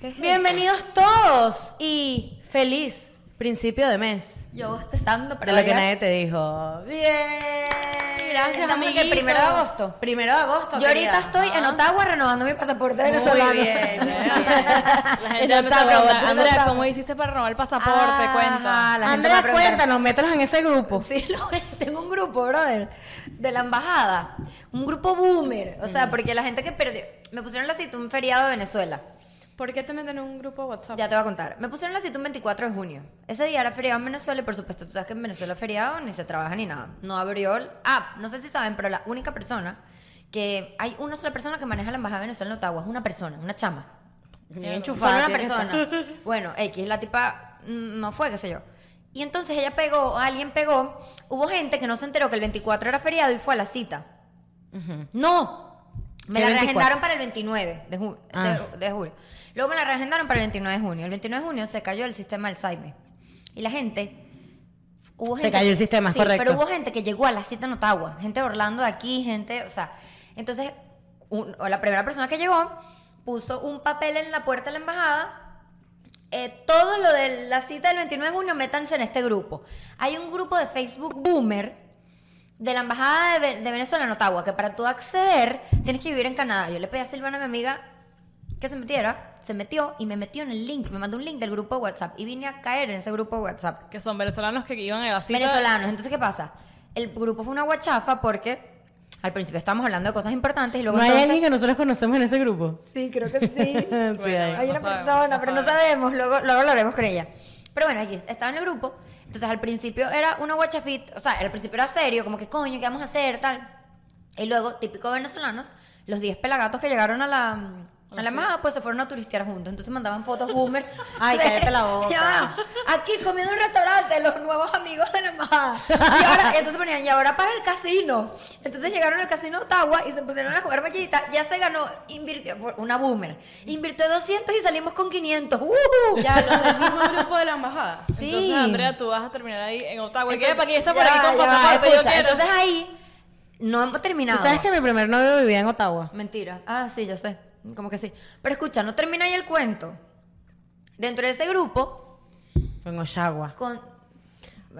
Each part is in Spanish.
es Bienvenidos todos y feliz principio de mes. Yo bostezando para De lo que variar. nadie te dijo. Bien. Gracias, Estamos amiguitos. que primero de agosto. Primero de agosto. Yo ahorita querida. estoy en Ajá. Ottawa renovando mi pasaporte Muy venezolano. bien, muy bien. La En gente me Ottawa, pregunta, en Andrea, Ottawa. ¿cómo hiciste para renovar el pasaporte? Ah, Ajá, Cuenta. la gente me va a Andrea, preguntar. cuéntanos, mételos en ese grupo. Sí, lo- tengo un grupo, brother, de la embajada. Un grupo boomer. O Mm. sea, porque la gente que perdió. Me pusieron la cita un feriado de Venezuela. ¿Por qué te meten en un grupo de WhatsApp? Ya te voy a contar. Me pusieron la cita un 24 de junio. Ese día era feriado en Venezuela y por supuesto tú sabes que en Venezuela es feriado ni se trabaja ni nada. No abrió el... Ah, no sé si saben, pero la única persona que... Hay una sola persona que maneja la Embajada de Venezuela en Ottawa. Es una persona, una chama. Bien Solo enchufada. una tiene que estar. persona. Bueno, X, la tipa mm, no fue, qué sé yo. Y entonces ella pegó, alguien pegó. Hubo gente que no se enteró que el 24 era feriado y fue a la cita. No. Me ¿Qué 24? la reagendaron para el 29 de, ju- de- Ah. de julio. Luego me la reagendaron para el 29 de junio. El 29 de junio se cayó el sistema del Alzheimer. Y la gente. Hubo Se gente cayó el que- sistema, es sí, correcto. Pero hubo gente que llegó a la cita en Ottawa. Gente de Orlando de aquí, gente. O sea, entonces, un- o la primera persona que llegó puso un papel en la puerta de la embajada eh, todo lo de la cita del 29 de junio, métanse en este grupo. Hay un grupo de Facebook Boomer de la Embajada de, Ve- de Venezuela en Ottawa, que para tú acceder tienes que vivir en Canadá. Yo le pedí a Silvana, mi amiga, que se metiera, se metió y me metió en el link, me mandó un link del grupo de WhatsApp y vine a caer en ese grupo de WhatsApp. Que son venezolanos que iban a la cita. Venezolanos, entonces, ¿qué pasa? El grupo fue una guachafa porque al principio estábamos hablando de cosas importantes y luego... ¿No hay entonces- alguien que nosotros conocemos en ese grupo? Sí, creo que sí. Sí, Bueno, hay. Hay una No sabemos, persona, no pero no sabemos. Luego, luego hablaremos con ella. Pero bueno, aquí estaba en el grupo. Entonces al principio era una guachafit. O sea, al principio era serio, como que coño, ¿qué vamos a hacer? Tal. Y luego, típico venezolanos, los 10 pelagatos que llegaron a la. A la embajada, pues se fueron a turistear juntos. Entonces mandaban fotos boomer. Ay, de- cállate la boca. Ya, aquí comiendo en un restaurante, los nuevos amigos de la embajada. Y ahora, entonces ponían, y ahora para el casino. Entonces llegaron al casino de Ottawa y se pusieron a jugar maquinita. Ya se ganó, invirtió, una boomer. Invirtió 200 y salimos con 500. ¡Uh! Ya, los del mismo grupo de la embajada. Sí. Entonces, Andrea, tú vas a terminar ahí en Ottawa. ¿Qué? Entonces, ¿Para aquí está por ya aquí va, con ya va, pasaporte? Yo escucha, quiero. Entonces ahí no hemos terminado. Tú sabes que mi primer novio vivía en Ottawa. Mentira. Ah, sí, ya sé. Como que sí. Pero escucha, no termina ahí el cuento. Dentro de ese grupo, En Oshawa. con.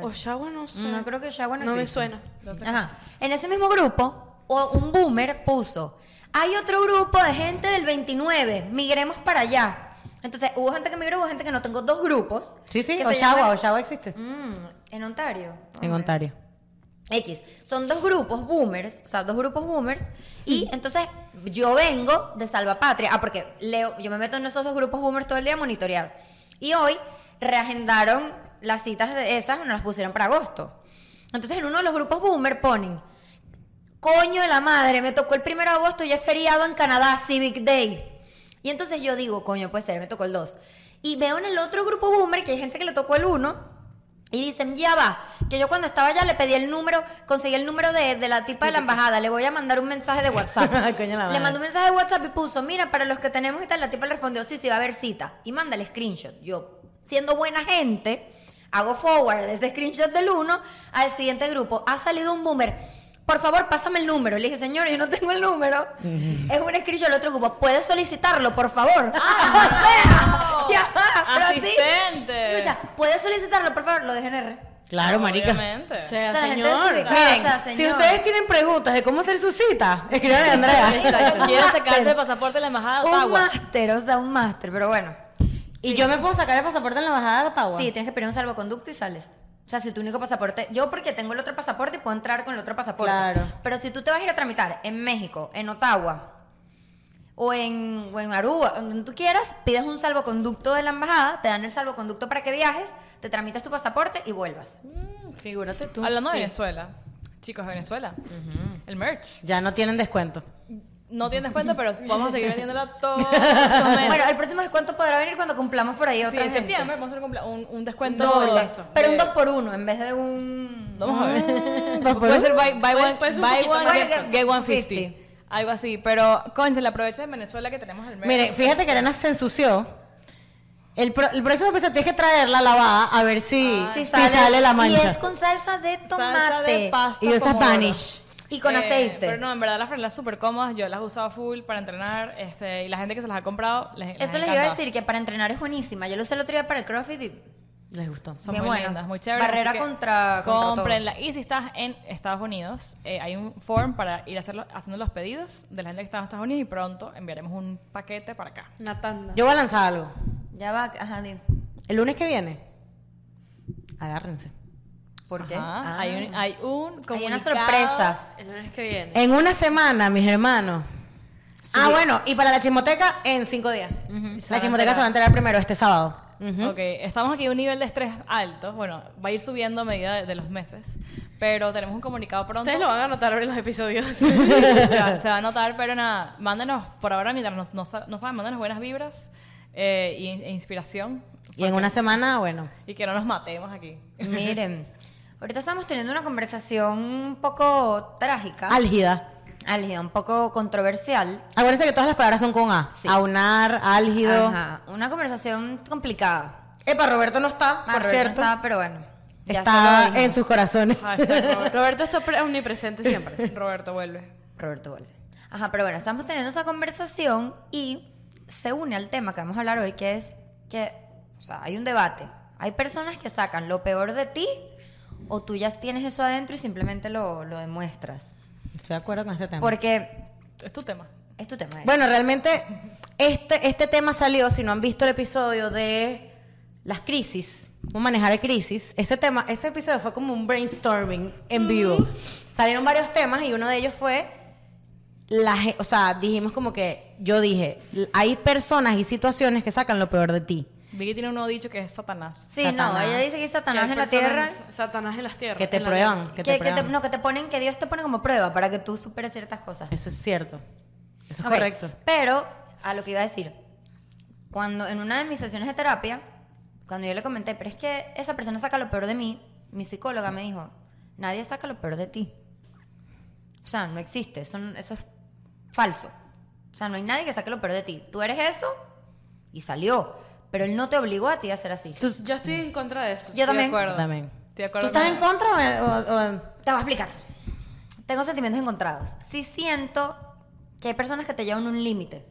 Oshawa no sé. No creo que Oshawa no No me existe. suena. Ajá. En ese mismo grupo, o un boomer puso, hay otro grupo de gente del 29, migremos para allá. Entonces, hubo gente que migró, hubo gente que no. Tengo dos grupos. Sí, sí, que se Mm. Oshawa, llaman- Oshawa existe. Mm, en Ontario. En Ontario. X. Son dos grupos boomers, o sea, dos grupos boomers. Y entonces yo vengo de Salvapatria. Ah, porque leo, yo me meto en esos dos grupos boomers todo el día a monitorear. Y hoy reagendaron las citas de esas, nos las pusieron para agosto. Entonces en uno de los grupos boomer ponen, coño de la madre, me tocó el 1 de agosto y es feriado en Canadá, Civic Day. Y entonces yo digo, coño, puede ser, me tocó el 2. Y veo en el otro grupo boomer que hay gente que le tocó el 1 y dicen, ya va, que yo cuando estaba allá le pedí el número, conseguí el número de, de la tipa de la embajada, le voy a mandar un mensaje de WhatsApp. Ay, coño, la le madre. mandó un mensaje de WhatsApp y puso, mira, para los que tenemos y tal, la tipa le respondió, sí, sí, va a haber cita. Y manda el screenshot. Yo, siendo buena gente, hago forward de ese screenshot del uno al siguiente grupo. Ha salido un boomer. Por favor, pásame el número. Le dije, señor, yo no tengo el número. es un screenshot del otro grupo. ¿Puedes solicitarlo, por favor? ¡Ah, no! ¡Asistente! Escucha, ¿puedes solicitarlo, por favor? Lo dejé en R. Claro, marica. Obviamente. O sea, O sea, la gente señor. desubicada. Miren, O sea, si señor. ustedes tienen preguntas de cómo hacer su cita, escriban a Andrea. Exacto. Quiere Un sacarse máster. el pasaporte de la embajada de Un Ottawa. máster, o sea, un máster, pero bueno. y yo me puedo sacar el pasaporte en la bajada de Ottawa. Sí, tienes que pedir un salvoconducto y sales. O sea, si tu único pasaporte, yo porque tengo el otro pasaporte y puedo entrar con el otro pasaporte. Claro. Pero si tú te vas a ir a tramitar en México, en Ottawa o en, o en Aruba, donde tú quieras, pides un salvoconducto de la embajada, te dan el salvoconducto para que viajes, te tramitas tu pasaporte y vuelvas. Figúrate tú. Hablando de Venezuela. Chicos, Venezuela. El merch. Ya no tienen descuento. No tienes cuenta, pero vamos a seguir vendiéndola todos los meses. Bueno, el próximo descuento podrá venir cuando cumplamos por ahí Sí, otra en gente. septiembre vamos a hacer un cumpla- un, un descuento. Doble, de- pero un Mm, 2 por 1 en vez de un... Vamos a ver. dos por Pues Puede uno. ser buy, buy Puede- one, puede ser un buy poquito one, más. get, get one fifty. 50. Algo así. Pero, concha, la aprovecha en Venezuela que tenemos el merch. Mire, fíjate que Elena se ensució. El, pro- el próximo episodio tienes que traerla lavada a ver si, Ah, Sí, si sale, la mancha. Y es con salsa de tomate. Salsa de pasta Y usas pomodoro. Vanish. Y con Eh, aceite. Pero no, en verdad las franelas súper cómodas. Yo las he usado full para entrenar. Este, y la gente que se las ha comprado, les, Eso les iba a decir que para entrenar es buenísima. Yo lo usé el otro día para el CrossFit y Les gustó. Son Bien muy bueno. lindas, muy chéveres. Barrera así que contra- contra todo. cómprenla. Y si estás en Estados Unidos, eh, hay un form para ir hacerlo- haciendo los pedidos de la gente que está en Estados Unidos y pronto enviaremos un paquete para acá. Una tanda. Yo voy a lanzar algo. ya va. Ajá, di. El lunes que viene. Agárrense. ¿Por ¿eh? qué? Ajá, Ah. Hay un, hay Hay un una comunicado. sorpresa. El lunes que viene. En una semana, mis hermanos. Ah, bueno, y para la chismoteca en cinco días. Se La van a chismoteca enterar. se va a enterar primero este sábado. Mm. Ujú. Ok, estamos aquí en un nivel de estrés alto. Bueno, va a ir subiendo a medida de, de los meses. Pero tenemos un comunicado pronto. Ustedes lo van a notar en los episodios. se, va, se va a notar, pero nada, mándenos por ahora, mientras nos- no, sa- no saben, mándenos buenas vibras eh, y- e inspiración. Y en una semana, bueno. Y que no nos matemos aquí. Miren, ahorita estamos teniendo una conversación un poco trágica, Álgida. álgida, un poco controversial. Acuérdense que todas las palabras son con A. Sí. Aunar, álgido. Ajá, una conversación complicada. Epa, Roberto no está, Ah, por Roberto cierto. no estaba, pero bueno. ya se lo está dijimos. en sus corazones. Hashtag Robert- Roberto está pre- omnipresente siempre. Roberto vuelve. Roberto vuelve. Ajá, pero bueno, estamos teniendo esa conversación y se une al tema que vamos a hablar hoy, que es que, o sea, hay un debate. Hay personas que sacan lo peor de ti o tú ya tienes eso adentro y simplemente lo, lo demuestras. Estoy de acuerdo con este tema. Porque Es tu tema. es tu tema. ¿eh? Bueno, realmente este, este tema salió, si no han visto el episodio de las crisis, cómo manejar el crisis, ese tema, ese episodio fue como un brainstorming en vivo. Salieron varios temas y uno de ellos fue, la, ge- o sea, dijimos como que, yo dije, hay personas y situaciones que sacan lo peor de ti. Vicky tiene un nuevo dicho que es Satanás. sí, no, Satanás. ella dice que es Que Satanás hay en la tierra. personas- Satanás en las tierras. Que te en la prueban, tierra. que que, te que te- prueban. no, que te ponen, que Dios te pone como prueba para que tú superes ciertas cosas. Eso es cierto. Eso es Ok, correcto. Pero, a lo que iba a decir, cuando en una de mis sesiones de terapia, cuando yo le comenté, pero es que esa persona saca lo peor de mí, mi psicóloga me dijo, nadie saca lo peor de ti. O sea, no existe, eso, no- eso es falso. O sea, no hay nadie que saque lo peor de ti. Tú eres eso y salió, pero él no te obligó a ti a ser así. Yo estoy en contra de eso. yo también. de acuerdo. Yo también. Estoy de acuerdo ¿Tú estás con- en contra o- o- o Te voy a explicar. Tengo sentimientos encontrados. Sí siento que hay personas que te llevan un límite.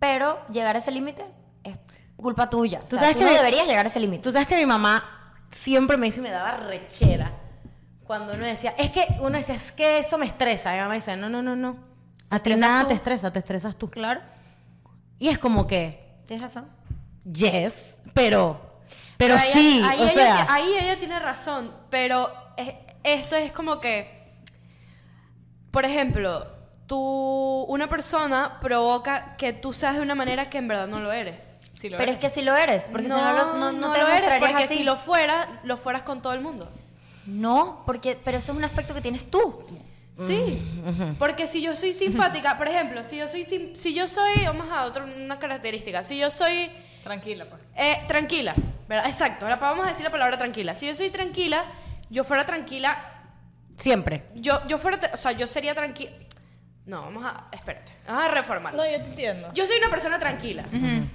Pero llegar a ese límite es culpa tuya. Tú O sea, sabes tú que no de- deberías llegar a ese límite. Tú sabes que mi mamá siempre me dice y me daba rechera cuando uno decía, es que uno decía, es que eso me estresa. Y mi mamá dice, no, no, no, no. A ti estresas nada tú. te estresa, te estresas tú. Claro, Y es como que, tienes razón. yes, pero, pero, ella- sí, ahí o ella, sea. ahí ella tiene razón, pero es- esto es como que, por ejemplo, tú, una persona provoca que tú seas de una manera que en verdad no lo eres. Sí, lo Pero es que si lo eres, porque si no, los- no, no te lo eres, mostrarías porque así. si lo fuera, lo fueras con todo el mundo. No, porque, pero eso es un aspecto que tienes tú. Sí, porque si yo soy simpática, por ejemplo, si yo soy, sim- si yo soy, vamos a otra una característica, si yo soy Tranquila, pues. Eh, tranquila, ¿verdad? Exacto, ahora vamos a decir la palabra tranquila. Si yo soy tranquila, yo fuera tranquila, Siempre. yo, yo fuera, tra- o sea, yo sería tranquila. No, vamos a, espérate, vamos a reformarlo. No, yo te entiendo. Yo soy una persona tranquila,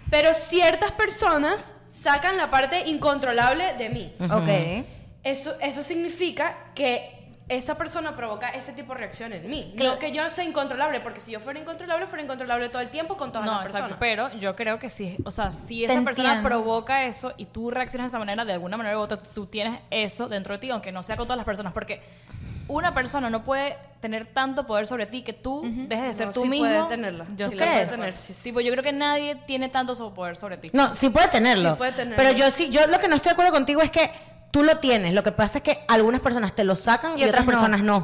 pero ciertas personas sacan la parte incontrolable de mí. Ok. Eso, eso significa que esa persona provoca ese tipo de reacción en mí. No que yo sea incontrolable, porque si yo fuera incontrolable, fuera incontrolable todo el tiempo con todas no, las exacto. personas. Pero yo creo que si, o sea, si Te esa persona entiendo. provoca eso y tú reaccionas de esa manera, de alguna manera u otra, tú tienes eso dentro de ti, aunque no sea con todas las personas, porque una persona no puede tener tanto poder sobre ti que tú dejes de ser No, tú sí mismo. puede tenerla. Yo ¿Tú sí la puedo crees? tener, sí, Sí, Tipo, yo creo que nadie tiene tanto so- poder sobre ti. No, sí puede tenerlo. Sí puede tenerlo. Pero yo sí, yo lo que no estoy de acuerdo contigo es que tú lo tienes. Lo que pasa es que algunas personas te lo sacan y, otras, personas no.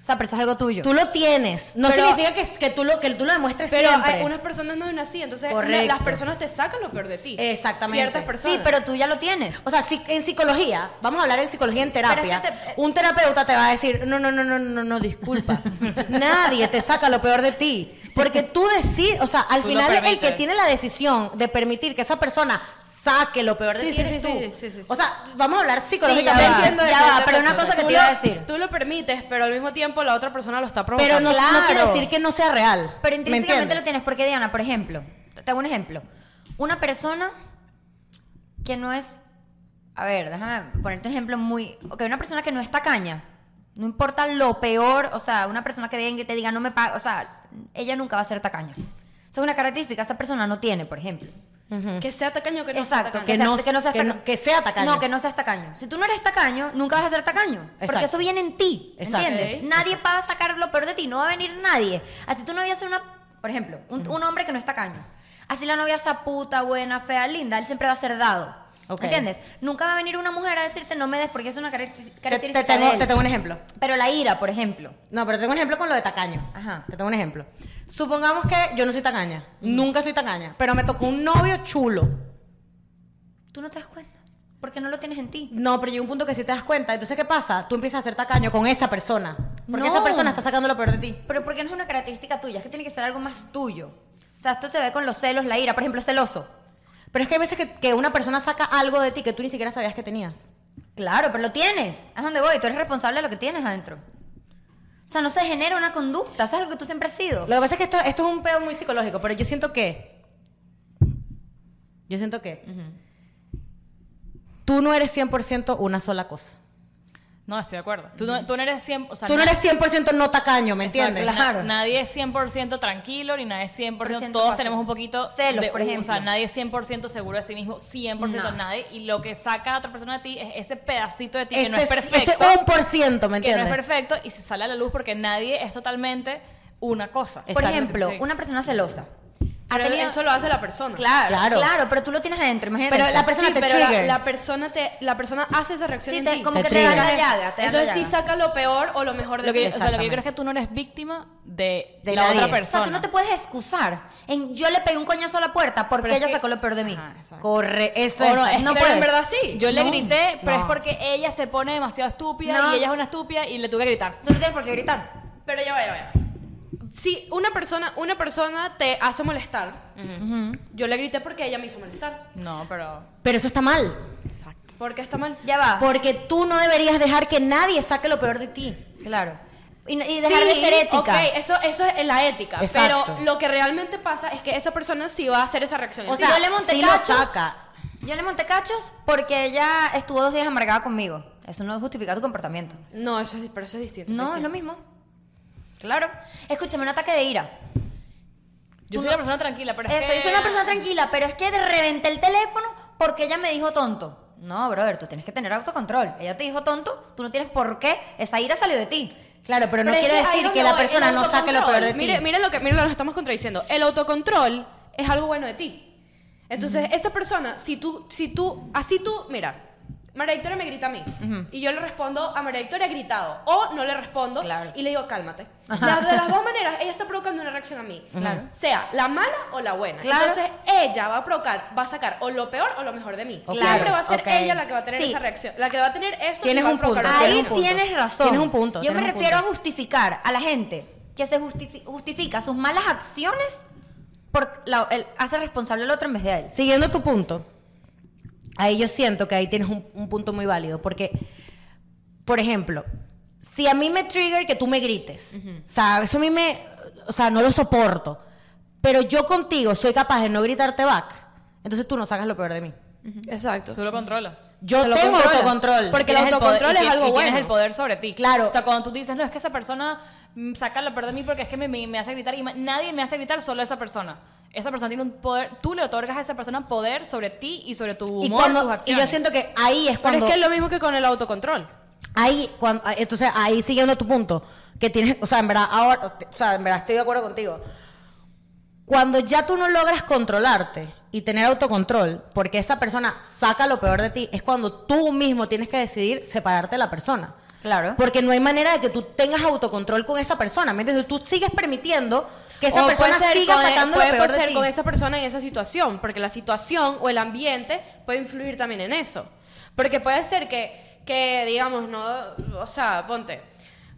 O sea, pero eso es algo tuyo. Tú lo tienes. No Pero- significa que, que tú lo, que tú lo demuestres Pero siempre. hay- unas personas no son así, entonces una- Correcto. las personas te sacan lo peor de ti. Exactamente. Ciertas personas. sí, pero tú ya lo tienes. O sea, si- en psicología, vamos a hablar en psicología en terapia. Pero es que te- Un terapeuta te va a decir, no, no, no, no, no, no, disculpa. Nadie te saca lo peor de ti. Porque tú decides, o sea, al Tú lo final el que permites. tiene la decisión de permitir que esa persona saque lo peor de Sí, ti sí, eres sí, tú. sí, sí, sí, sí. O sea, vamos a hablar ya va, psicológicamente. entiendo ya eso, va, te pero una permito. cosa que Tú te iba a lo- decir. Tú lo permites, pero al mismo tiempo la otra persona lo está provocando. Pero no, no quiere Claro. decir que no sea real. Pero ¿me intrínsecamente entiendes? lo tienes, porque Diana, por ejemplo, te hago un ejemplo. Una persona que no es. A ver, déjame ponerte un ejemplo muy. Ok, una persona que no es tacaña. No importa lo peor, o sea, una persona que venga y te diga no me paga, o sea, ella nunca va a ser tacaña. Eso es una característica que esa persona no tiene, por ejemplo. Que sea tacaño o que no Exacto, sea que, tacaño. sea- no- que no seas que tacaño. no- que sea tacaño. No, que no seas tacaño. Si tú no eres tacaño, nunca vas a ser tacaño. Porque Exacto. eso viene en ti, Exacto. ¿entiendes? Ok. Nadie va a sacar lo peor de ti, no va a venir nadie. Así tú no vas a ser una, por ejemplo, un, un hombre que no es tacaño. Así la novia sea puta, buena, fea, linda, él siempre va a ser dado. Ok. ¿Entiendes? Nunca va a venir una mujer a decirte no me des porque es una caracteri- Te, característica te tengo, de él. te tengo un ejemplo. Pero la ira, por ejemplo. No, pero tengo un ejemplo con lo de tacaño. Ajá. Te tengo un ejemplo. Supongamos que yo no soy tacaña. Nunca soy tacaña. Pero me tocó un novio chulo. Tú no te das cuenta porque no lo tienes en ti. No, pero llega un punto que si te das cuenta, entonces ¿qué pasa? Tú empiezas a ser tacaño con esa persona. Porque No. esa persona está sacando lo peor de ti. Pero porque no es una característica tuya, es que tiene que ser algo más tuyo. O sea, esto se ve con los celos, la ira. Por ejemplo, celoso. Pero es que hay veces que, que una persona saca algo de ti que tú ni siquiera sabías que tenías. Claro, pero lo tienes. Es donde voy. Tú eres responsable de lo que tienes adentro. O sea, no se genera una conducta. Eso es algo que tú siempre has sido. Lo que pasa es que esto, esto es un pedo muy psicológico, pero yo siento que. Yo siento que. Tú no eres 100% una sola cosa. No, estoy de acuerdo. Tú no, tú no eres 100%. O sea, Tú no na- eres 100% no tacaño, ¿me Exacto, entiendes? la- Claro. nadie es 100% tranquilo ni nadie es 100%. todos 100%. tenemos un poquito. Celos, de- por ejemplo. O sea, nadie es 100% seguro de sí mismo, 100% No. nadie. Y lo que saca a otra persona de ti es ese pedacito de ti Ese, que no es perfecto. ese 1%, ¿me que no es entiendes? perfecto y se sale a la luz porque nadie es totalmente una cosa. Por Exacto, ejemplo, sí. una persona celosa. Ha Pero tenido- eso lo hace la persona. Claro, claro, Claro. pero tú lo tienes adentro. Imagínate. Pero esto. la persona Sí, te pero la, trigger. la persona te, la persona hace esa reacción Sí, en te- ti. como Te que te da la trigger. llaga. Te da la Entonces sí llaga. saca lo peor o lo mejor de Lo que, o ti. sea, lo que yo creo es que tú no eres víctima de, la otra O sea, persona. tú no te puedes excusar. En, yo le pegué un coñazo a la puerta porque Pero es ella que- sacó lo peor de mí. Ajá, exacto. Corre, eso Bueno, es. es- no pero en puedes. verdad sí. Yo le grité, pero no. es porque ella se pone demasiado estúpida No. y ella es una estúpida y le tuve que gritar. Tú no tienes por qué gritar. Pero ya va, ya va, ya va. Si una persona, una persona te hace molestar, yo le grité porque ella me hizo molestar. No, pero. Pero eso está mal. Exacto. Porque está mal. Ya va. Porque tú no deberías dejar que nadie saque lo peor de ti. Claro. Y, no- y dejar de Sí, ser ética. Ok, eso, eso es la ética. Exacto. Pero lo que realmente pasa es que esa persona sí va a hacer esa reacción. en O ti. sea, yo le monté sí lo cachos. saca. Yo le monté cachos porque ella estuvo dos días amargada conmigo. Eso no justifica tu comportamiento. no, eso es, pero eso es distinto. eso No, es lo distinto. mismo. Claro. Escúchame, un ataque de ira. Yo soy una persona tranquila, pero es Eso, que. yo soy una persona tranquila, pero es que de- reventé el teléfono porque ella me dijo tonto. No, brother, tú tienes que tener autocontrol. Ella te dijo tonto, tú no tienes por qué. Esa ira salió de ti. Claro, pero no Pero es quiere que ahí decir donde que la voy, el persona no saque lo autocontrol. peor de ti. Mire, mire lo que mire lo que nos estamos contradiciendo. El autocontrol es algo bueno de ti. Entonces, esa persona, si tú, si tú, así tú, mira, María Victoria me grita a mí y yo le respondo a María Victoria gritado o no le respondo Claro. y le digo cálmate. Las- de las dos maneras, ella está provocando una reacción a mí, Claro. sea la mala o la buena. Claro. Entonces, ella va a provocar, va a sacar o lo peor o lo mejor de mí. Ok. Siempre va a ser Ok. ella la que va a tener Sí. esa reacción, la que va a tener eso. y Tienes va a un punto, provocar tienes Ahí un punto. tienes razón. Tienes un punto, Yo me tienes un refiero punto. a justificar a la gente que se justifi- justifica sus malas acciones por la- el- hace responsable al otro en vez de a él. Siguiendo tu punto, ahí yo siento que ahí tienes un, un punto muy válido, porque, por ejemplo, si a mí me trigger que tú me grites, o sea, eso a mí me, o sea, no lo soporto, pero yo contigo soy capaz de no gritarte back, entonces tú no sacas lo peor de mí. Exacto. Tú lo controlas. Yo Te lo tengo controlas. autocontrol. Porque el Tienes poder- autocontrol y es tien- algo y bueno. Tienes el poder sobre ti. Claro. O sea, cuando tú dices, no, es que esa persona mm, saca lo peor de mí porque es que me, me- me hace gritar y ma- nadie me hace gritar, solo esa persona. Esa persona tiene un poder. Tú le otorgas a esa persona poder sobre ti y sobre tu humor, y, cuando- tus y acciones. yo siento que ahí es Pero cuando... es que es lo mismo que con el autocontrol. Ahí, cuando, entonces, ahí siguiendo tu punto, que tienes, o sea, en verdad, ahora, o sea, en verdad estoy de acuerdo contigo. Cuando ya tú no logras controlarte y tener autocontrol, porque esa persona saca lo peor de ti, es cuando tú mismo tienes que decidir separarte de la persona. ¿Ah? Claro. Porque no hay manera de que tú tengas autocontrol con esa persona. ¿me entiendes? Tú sigues permitiendo que esa O persona puede ser siga con- e- sacando puede lo peor de ser ti. con esa persona en esa situación, porque la situación o el ambiente puede influir también en eso. Porque puede ser que, que digamos, no, o sea, ponte,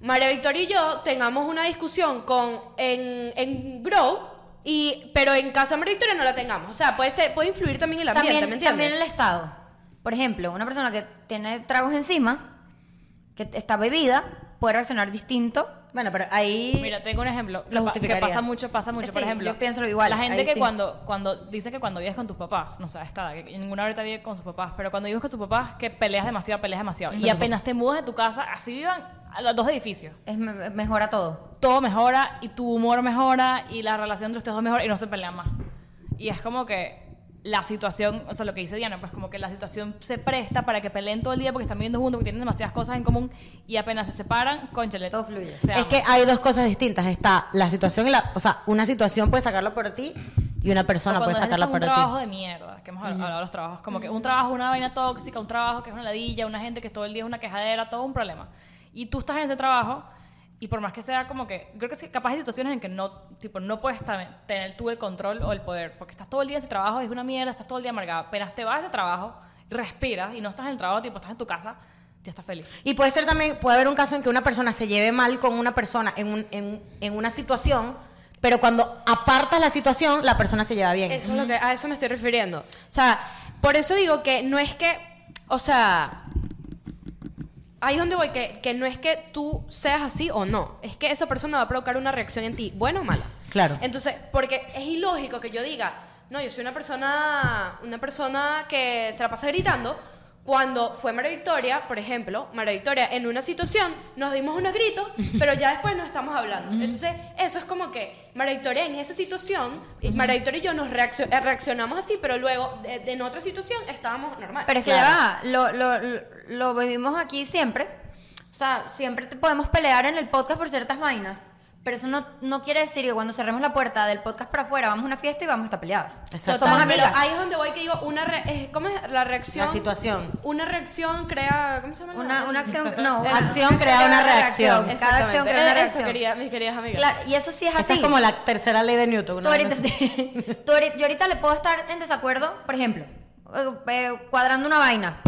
María Victoria y yo tengamos una discusión con en, en Grow, y, pero en casa de María Victoria no la tengamos. O sea, puede ser, puede influir también el ambiente, ¿me también, entiendes? también el estado. Por ejemplo, una persona que tiene tragos encima, que t- está bebida, puede reaccionar distinto. Bueno, pero ahí... Mira, tengo un ejemplo Lo que, pa- que justificaría. pasa mucho, pasa mucho. Sí, Por ejemplo, yo pienso lo igual, La gente ahí que sí. cuando cuando dice que cuando vives con tus papás, no sé, está, que ninguna ahorita vive con sus papás, pero cuando vives con tus papás que peleas demasiado, peleas demasiado y apenas te mudas de tu casa, así vivan a los dos edificios. Es me- mejora todo. Todo mejora y tu humor mejora y la relación entre ustedes dos mejora y no se pelean más. Y es como que la situación, o sea, lo que dice Diana, pues como que la situación se presta para que peleen todo el día porque están viviendo juntos, porque tienen demasiadas cosas en común y apenas se separan, conchale. Todo fluye. se es aman. que hay dos cosas distintas. Está la situación y la... O sea, una situación puede sacarla por ti y una O persona cuando puede dejas sacarla por un trabajo ti. de mierda, que hemos hab- hablado de los trabajos, como que un trabajo, una vaina tóxica, un trabajo que es una ladilla, una gente que todo el día es una quejadera, todo un problema. Y tú estás en ese trabajo y por más que sea como que, creo que sí, capaz hay situaciones en que no, tipo, no puedes ta- tener tú el control o el poder, porque estás todo el día en ese trabajo, es una mierda, estás todo el día amargada, apenas te vas de ese trabajo, respiras y no estás en el trabajo, tipo, estás en tu casa, ya estás feliz. Y puede ser también, puede haber un caso en que una persona se lleve mal con una persona en, un- en, en una situación, pero cuando apartas la situación, la persona se lleva bien. Eso es lo que, a eso me estoy refiriendo. O sea, por eso digo que no es que, o sea, ahí es donde voy, que, que no es que tú seas así o no, es que esa persona va a provocar una reacción en ti, buena o mala. Claro. Entonces, porque es ilógico que yo diga, no, yo soy una persona, una persona que se la pasa gritando. Cuando fue María Victoria, por ejemplo, María Victoria, en una situación nos dimos unos gritos, pero ya después nos estamos hablando. Entonces, eso es como que María Victoria en esa situación, y María Victoria y yo nos reaccio- eh, reaccionamos así, pero luego de- de- en otra situación estábamos normal. Pero es que ya va, lo, lo, lo- lo vivimos aquí siempre. O sea, siempre te podemos pelear en el podcast por ciertas vainas. Pero eso no, no quiere decir que cuando cerremos la puerta del podcast para afuera vamos a una fiesta y vamos a estar peleadas. Exacto. Somos Total, amigas. pero ahí es donde voy que digo, una re- eh, ¿cómo es la reacción? La situación. Una reacción crea, ¿cómo se llama? Una, una acción, no, Eso. Acción crea una reacción. Cada acción Exactamente. crea una Eh, eso, reacción. querida- mis queridas amigas. Claro, y eso sí es así. Esa es como la tercera ley de Newton. Tú ¿no? ahorita, tú ahorita- yo ahorita le puedo estar en desacuerdo, por ejemplo, eh, eh, cuadrando una vaina.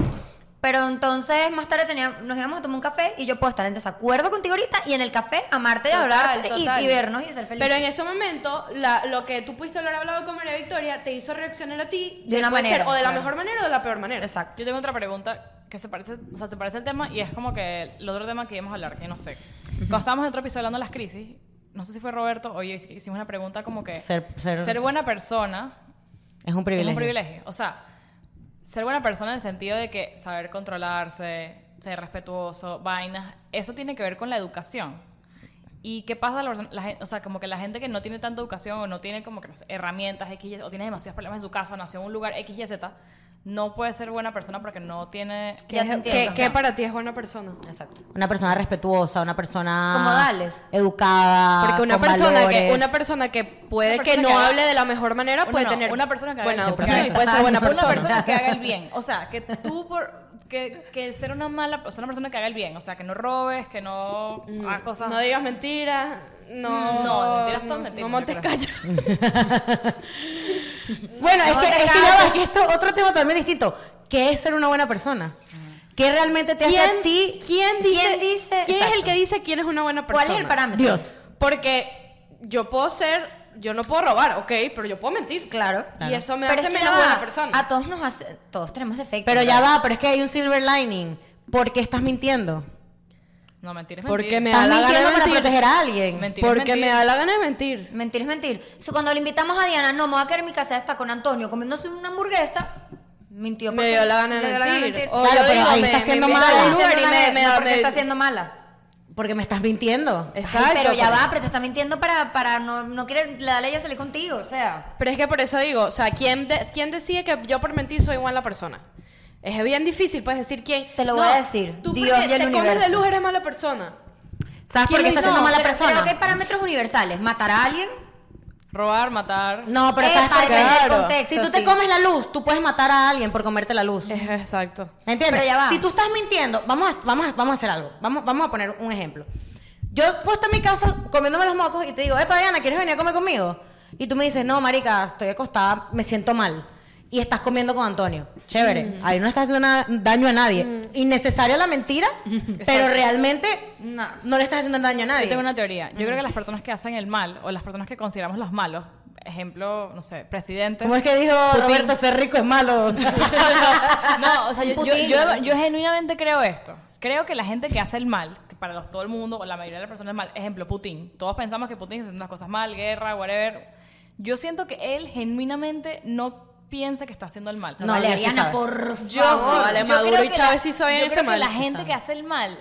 Pero entonces más tarde tenía- nos íbamos a tomar un café y yo puedo estar en desacuerdo contigo ahorita y en el café amarte y Total, hablarte y, total. y vernos y ser feliz. Pero en ese momento, la- lo que tú pudiste haber hablado con María Victoria te hizo reaccionar a ti De una puede ser manera, o de la claro. mejor manera o de la peor manera. Exacto. Yo tengo otra pregunta que se parece, o sea, se parece al tema y es como que el otro tema que íbamos a hablar, que no sé. Cuando estábamos en otro episodio hablando de las crisis, no sé si fue Roberto o yo, hic- hicimos una pregunta como que Ser- ser- buena persona Es un privilegio. es un privilegio. O sea, ser buena persona en el sentido de que saber controlarse, ser respetuoso, vainas, eso tiene que ver con la educación. ¿Y qué pasa? La, persona- la gen- o sea, como que la gente que no tiene tanta educación o no tiene como que no sé, herramientas X, Y, o tiene demasiados problemas en su casa, o nació en un lugar X, Y, Z, no puede ser buena persona porque no tiene... Ya te ¿Qué, entiendo. qué para ti es buena persona? Exacto. Una persona respetuosa, una persona... Comodales. Ah, Educada, Porque una con persona que valores. una persona que puede Una que persona no que haga- hable de la mejor manera Una puede no, tener una persona que haga buena el- educación y Exacto. puede ser buena una persona. persona. que haga el bien. O sea, que tú por. Que, que ser una mala persona, una persona que haga el bien. O sea, que no robes, que no hagas cosas. No digas mentiras, no, Mm, No, mentiras todas no- mentiras, no montes yo creo. callo. Bueno, es No que, te es que ya calles. va, que esto otro tema también distinto. ¿Qué es ser una buena persona? ¿Qué realmente te hace a ti? Ah. ¿Quién dice? ¿Quién dice? quién es el Exacto. que dice quién es una buena persona? ¿Cuál es el parámetro? Dios. Porque yo puedo ser, yo no puedo robar, ok, pero yo puedo mentir. Claro. Y eso me Pero hace es que menos ya va, buena persona. A todos nos hace, todos tenemos defectos. Pero ya ¿verdad? va, pero es que hay un silver lining. ¿Por qué estás mintiendo? No, mentiras, Porque me da Estás la gana de mintiendo para mentir. proteger a alguien. Mentira. Porque mentir. me da la gana de mentir. Mentir es mentir. Si cuando le invitamos a Diana, no, me voy a quedar en mi casa hasta con Antonio comiéndose una hamburguesa, mintió. Me porque dio la gana de le dio la gana mentir. O Claro, yo pero digo, ahí me- está me siendo invita mala. a un Está lugar y haciendo me, mala, me no da- porque me- está haciendo mala. Porque me estás mintiendo. Ay, Exacto. pero ya porque- va, pero te está mintiendo para, para no, no quiere, le da la ella salir contigo, o sea. Pero es que por eso digo, o sea, ¿quién, de- quién decide que yo por mentir soy mala persona? Es bien difícil, puedes decir quién. Te lo voy a decir, Tú Dios porque y el te comes la universo. luz eres mala persona. ¿Sabes por qué ¿Quién estás lo siendo hizo? mala pero Creo que hay persona? parámetros universales. Matar a alguien, Robar, matar. No, pero Eh, ¿sabes por para qué? entender el Claro. contexto, Si tú te sí. comes la luz, tú puedes matar a alguien por comerte la luz. Es- Exacto. ¿Entiendes? Pero ya va. Si tú estás mintiendo, vamos a, vamos a- vamos a hacer algo. Vamos, vamos a poner un ejemplo. Yo puedo estar en mi casa comiéndome los mocos y te digo, Epa, Diana, ¿quieres venir a comer conmigo? Y tú me dices, no, marica, estoy acostada, me siento mal. Y estás comiendo con Antonio. Chévere. Ahí no estás haciendo nada- daño a nadie. Innecesaria la mentira, pero realmente No. no le estás haciendo daño a nadie. Yo tengo una teoría. Yo creo que las personas que hacen el mal o las personas que consideramos los malos, ejemplo, no sé, presidentes. ¿Cómo es que dijo Putin. Roberto, ser rico es malo? No, o sea, yo, yo- Putin. yo- yo genuinamente creo esto. Creo que la gente que hace el mal, que para los, todo el mundo, o la mayoría de las personas es mal, ejemplo, Putin. Todos pensamos que Putin está haciendo las cosas mal, guerra, whatever. Yo siento que él genuinamente no piensa que está haciendo el mal. no, No, vale, ya sí Diana, sabe. por Yo, favor. vale, yo Maduro creo y que Chávez la- sí saben yo ese creo que mal. la Sí gente saben. que hace el mal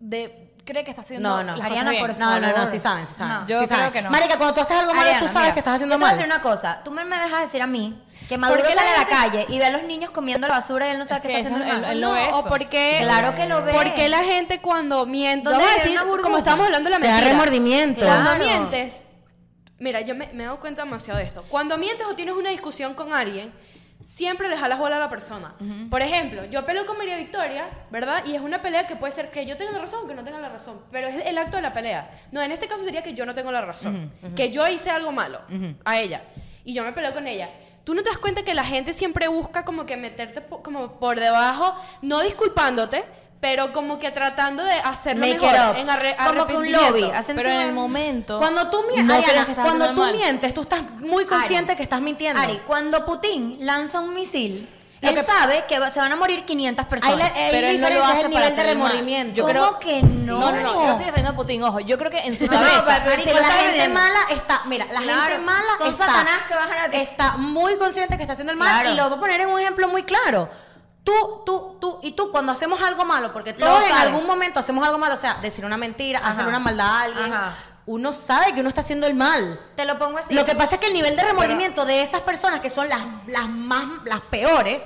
de cree que está haciendo No, no. las Ariana, cosas por bien. favor. No, no, no, sí saben, sí saben. No. Yo sí creo saben. que no. Marica, cuando tú haces algo malo, tú Ariana, sabes mira, que estás haciendo yo te voy a mal. decir una cosa. Tú me me dejas decir a mí que Maduro qué sale la a la gente- calle y ve a los niños comiendo la basura y él no sabe Es qué que está eso haciendo no- mal. él No, ve o eso. porque... Claro que lo ve. Porque la gente cuando miente... ¿Dónde Debo hay decir, una burbuja? como estamos hablando de la Te da mentira. remordimiento. Claro. Cuando mientes... Mira, yo me, me he dado cuenta demasiado de esto. Cuando mientes o tienes una discusión con alguien, siempre le jalas bola a la persona. Por ejemplo, yo peleo con María Victoria, ¿verdad? Y es una pelea que puede ser que yo tenga la razón o que no tenga la razón. Pero es el acto de la pelea. No, en este caso sería que yo no tengo la razón. Que yo hice algo malo a ella. Y yo me peleo con ella. ¿Tú no te das cuenta que la gente siempre busca como que meterte po- como por debajo, no disculpándote, pero como que tratando de hacerlo Make mejor? it up. En Como que arre- un arrepentimiento? lobby. Hacen Pero en su- el momento. Cuando tú, mi- no Ariana, creas que estás cuando haciendo tú mal. mientes, tú estás muy consciente Ari, que estás mintiendo. Ari, cuando Putin lanza un misil, Lo él que- sabe que va- se van a morir 500 Ahí personas. la, ahí Pero él no lo diferencia es hace el para nivel de hacer el mal. remordimiento. Yo creo- ¿Cómo que no? No, no, no. Yo no estoy defendiendo a Putin, ojo. Yo creo que en su No, cabeza. pero- pero- Marico, Si lo la estás gente vendiendo. mala está, mira, la Claro, gente mala son está, satanás que bajan a ti. está muy consciente que está haciendo el mal Claro. y lo voy a poner en un ejemplo muy claro. Tú, tú, tú y tú cuando hacemos algo malo, porque Lo todos en sabes. algún momento hacemos algo malo, o sea, decir una mentira, Ajá. hacer una maldad a alguien, Ajá. uno sabe que uno está haciendo el mal. Te lo pongo así. Lo que pasa es que el nivel de remordimiento de esas personas que son las, las más las peores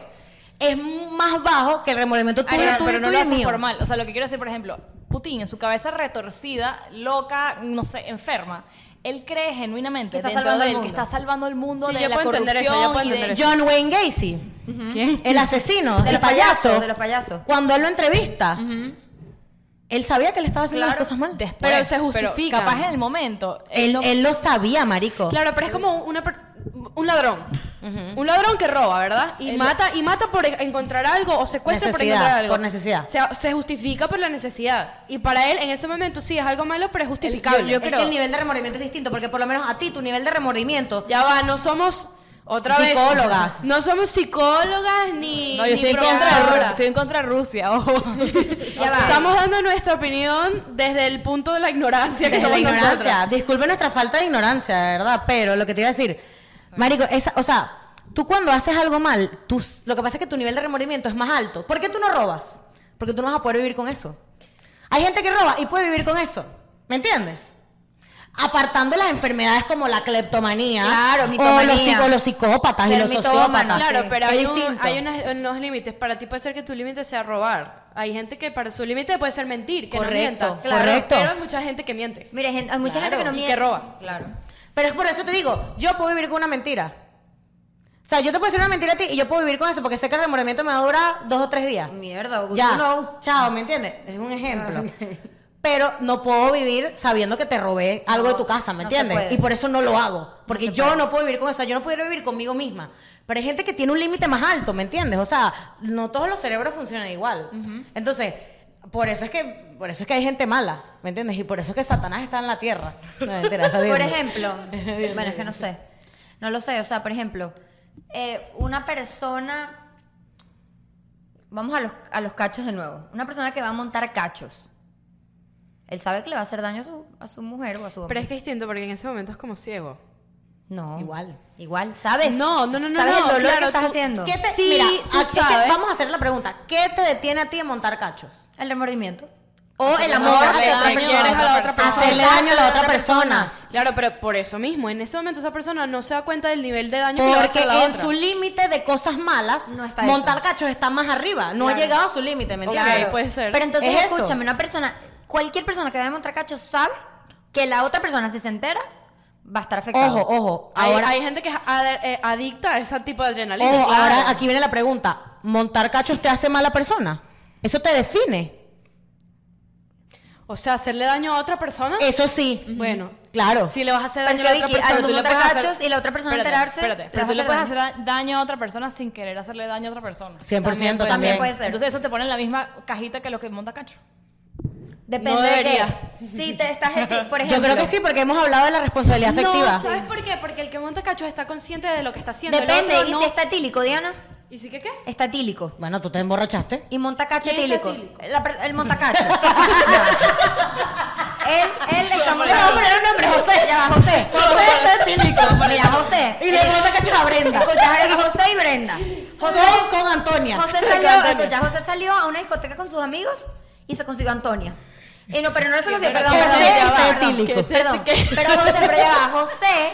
es más bajo que el remordimiento tuyo, Ariana, tuyo, pero no tuyo lo y haces mío. por mal. O sea, lo que quiero decir, por ejemplo, Putin, en su cabeza retorcida, loca, no sé, enferma, él cree genuinamente Que está dentro salvando de el él que mundo. está salvando el mundo Sí, de yo la puedo entender eso, yo corrupción puedo y de- entender eso. John Wayne Gacy. ¿Quién? El asesino, De el los payaso, payasos, de los payasos. Cuando él lo entrevista, él sabía que le estaba haciendo Claro. las cosas mal. Después, Pero se justifica. capaz en el momento. él Él, no- él lo sabía, marico. Claro, pero es como una per- un ladrón. Un ladrón que roba, ¿verdad? Y El- mata y mata por e-, encontrar algo o secuestra Necesidad, por encontrar algo. por necesidad. Se, se justifica por la necesidad. Y para él en ese momento sí es algo malo, pero es justificable. yo es que el nivel de remordimiento es distinto, porque por lo menos a ti tu nivel de remordimiento... Ya va, no somos otra Psicólogas. vez no somos psicólogas ni No, yo ni estoy en, contra de, Ru- programadoras. estoy en contra de Rusia, ojo. Ya va. Estamos dando nuestra opinión desde el punto de la ignorancia que Desde la somos ignorancia. nosotras. Disculpe nuestra falta de ignorancia, de verdad, pero lo que te iba a decir, Marico, esa, o sea, tú cuando haces algo mal, tú, lo que pasa es que tu nivel de remordimiento es más alto. ¿Por qué tú no robas? Porque tú no vas a poder vivir con eso. Hay gente que roba y puede vivir con eso. ¿Me entiendes? Apartando las enfermedades como la cleptomanía Claro, o, mitomanía. los, psico- los psicópatas y Ser los mitómano, sociópatas. Claro, Sí, pero Es hay, un- distinto. hay unas- unos límites. Para ti puede ser que tu límite sea robar. Hay gente que para su límite puede ser mentir, que Correcto, no mienta. claro. correcto. Pero hay mucha gente que miente. Mira, hay gente- hay mucha Claro, gente que no y que miente. roba. Claro. Pero es por eso te digo, yo puedo vivir con una mentira. O sea, yo te puedo decir una mentira a ti y yo puedo vivir con eso porque sé que el remordimiento me va a durar dos o tres días. Mierda, Augusto, Ya, no. Ah, chao, ¿me entiendes? Es un ejemplo. Pero no puedo vivir sabiendo que te robé algo No, de tu casa, ¿me no se entiendes? puede. y por eso no lo hago. Porque se yo puede. no puedo vivir con eso. Yo no puedo vivir conmigo misma. Pero hay gente que tiene un límite más alto, ¿me entiendes? O sea, no todos los cerebros funcionan igual. Entonces, por eso es que por eso es que hay gente mala, ¿me entiendes? Y por eso es que Satanás está en la tierra. No, mentira, Por jodiendo. ejemplo, bueno, es que no sé. No lo sé, o sea, por ejemplo, eh, una persona. Vamos a los, a los cachos de nuevo. Una persona que va a montar cachos. Él sabe que le va a hacer daño a su, a su mujer o a su hombre. Pero es que es distinto porque en ese momento es como ciego. No. Igual. Igual, ¿sabes? No, no, no, no, ¿Sabes el no, dolor claro, que estás tú- haciendo? ¿Qué te- Sí, mira, tú aquí te- sabes. vamos a hacer la pregunta. ¿Qué te detiene a ti de montar cachos? El remordimiento. O Hacerle el amor daño, hacia otra hacerle persona. daño a la otra persona. Hacerle daño a la otra persona. Claro, pero por eso mismo, en ese momento esa persona no se da cuenta del nivel de daño que le va a Porque hacer la en otra. su límite de cosas malas, No está montar eso. cachos está más arriba. No Claro. ha llegado a su límite, ¿me entiendes? Claro. puede ser. Pero entonces, Es eso. escúchame, una persona, cualquier persona que vaya a montar cachos sabe que la otra persona, si se entera, va a estar afectada. Ojo, ojo. Hay, Ahora, hay gente que es ad- eh, adicta a ese tipo de adrenalina. ojo, claro. ahora aquí viene la pregunta. ¿Montar cachos te hace mala persona? Eso te define. O sea, hacerle daño a otra persona. Eso sí. Bueno, Claro. si le vas a hacer Pero daño es a la que otra Vicky, a persona, los tú le montar puedes hacer- cachos y la otra persona Espérate, enterarse. espérate, vas pero a tú le hacer puedes daño. hacer da- daño a otra persona sin querer hacerle daño a otra persona. 100% también. También También puede ser. Entonces eso te pone en la misma cajita que lo que monta cacho. Depende No de qué. debería. Si te estás, eti- por ejemplo. Yo creo que sí, porque hemos hablado de la responsabilidad afectiva. No, ¿sabes por qué? Porque el que monta cachos está consciente de lo que está haciendo. Depende. el otro ¿Y no. si está etílico, Diana? ¿Y si qué qué? Está etílico. Bueno, tú te emborrachaste. Y montacacho ¿Quién está etílico. etílico? La per- el montacacho. No. él, él está Le vamos a poner un nombre, José. Ya va, José. José está etílico. Mira, José. Y le monta cachos a Brenda. Escuchá, es José y Brenda. José, Con, con Antonia. José Con salió, eh, Antonia. escuchá, José salió a una discoteca con sus amigos y se consiguió a Antonia. Y no, pero no lo sé, perdón, pero perdón, perdón, que José ya va, está perdón, etílico. perdón. Pero José, pero ya va, José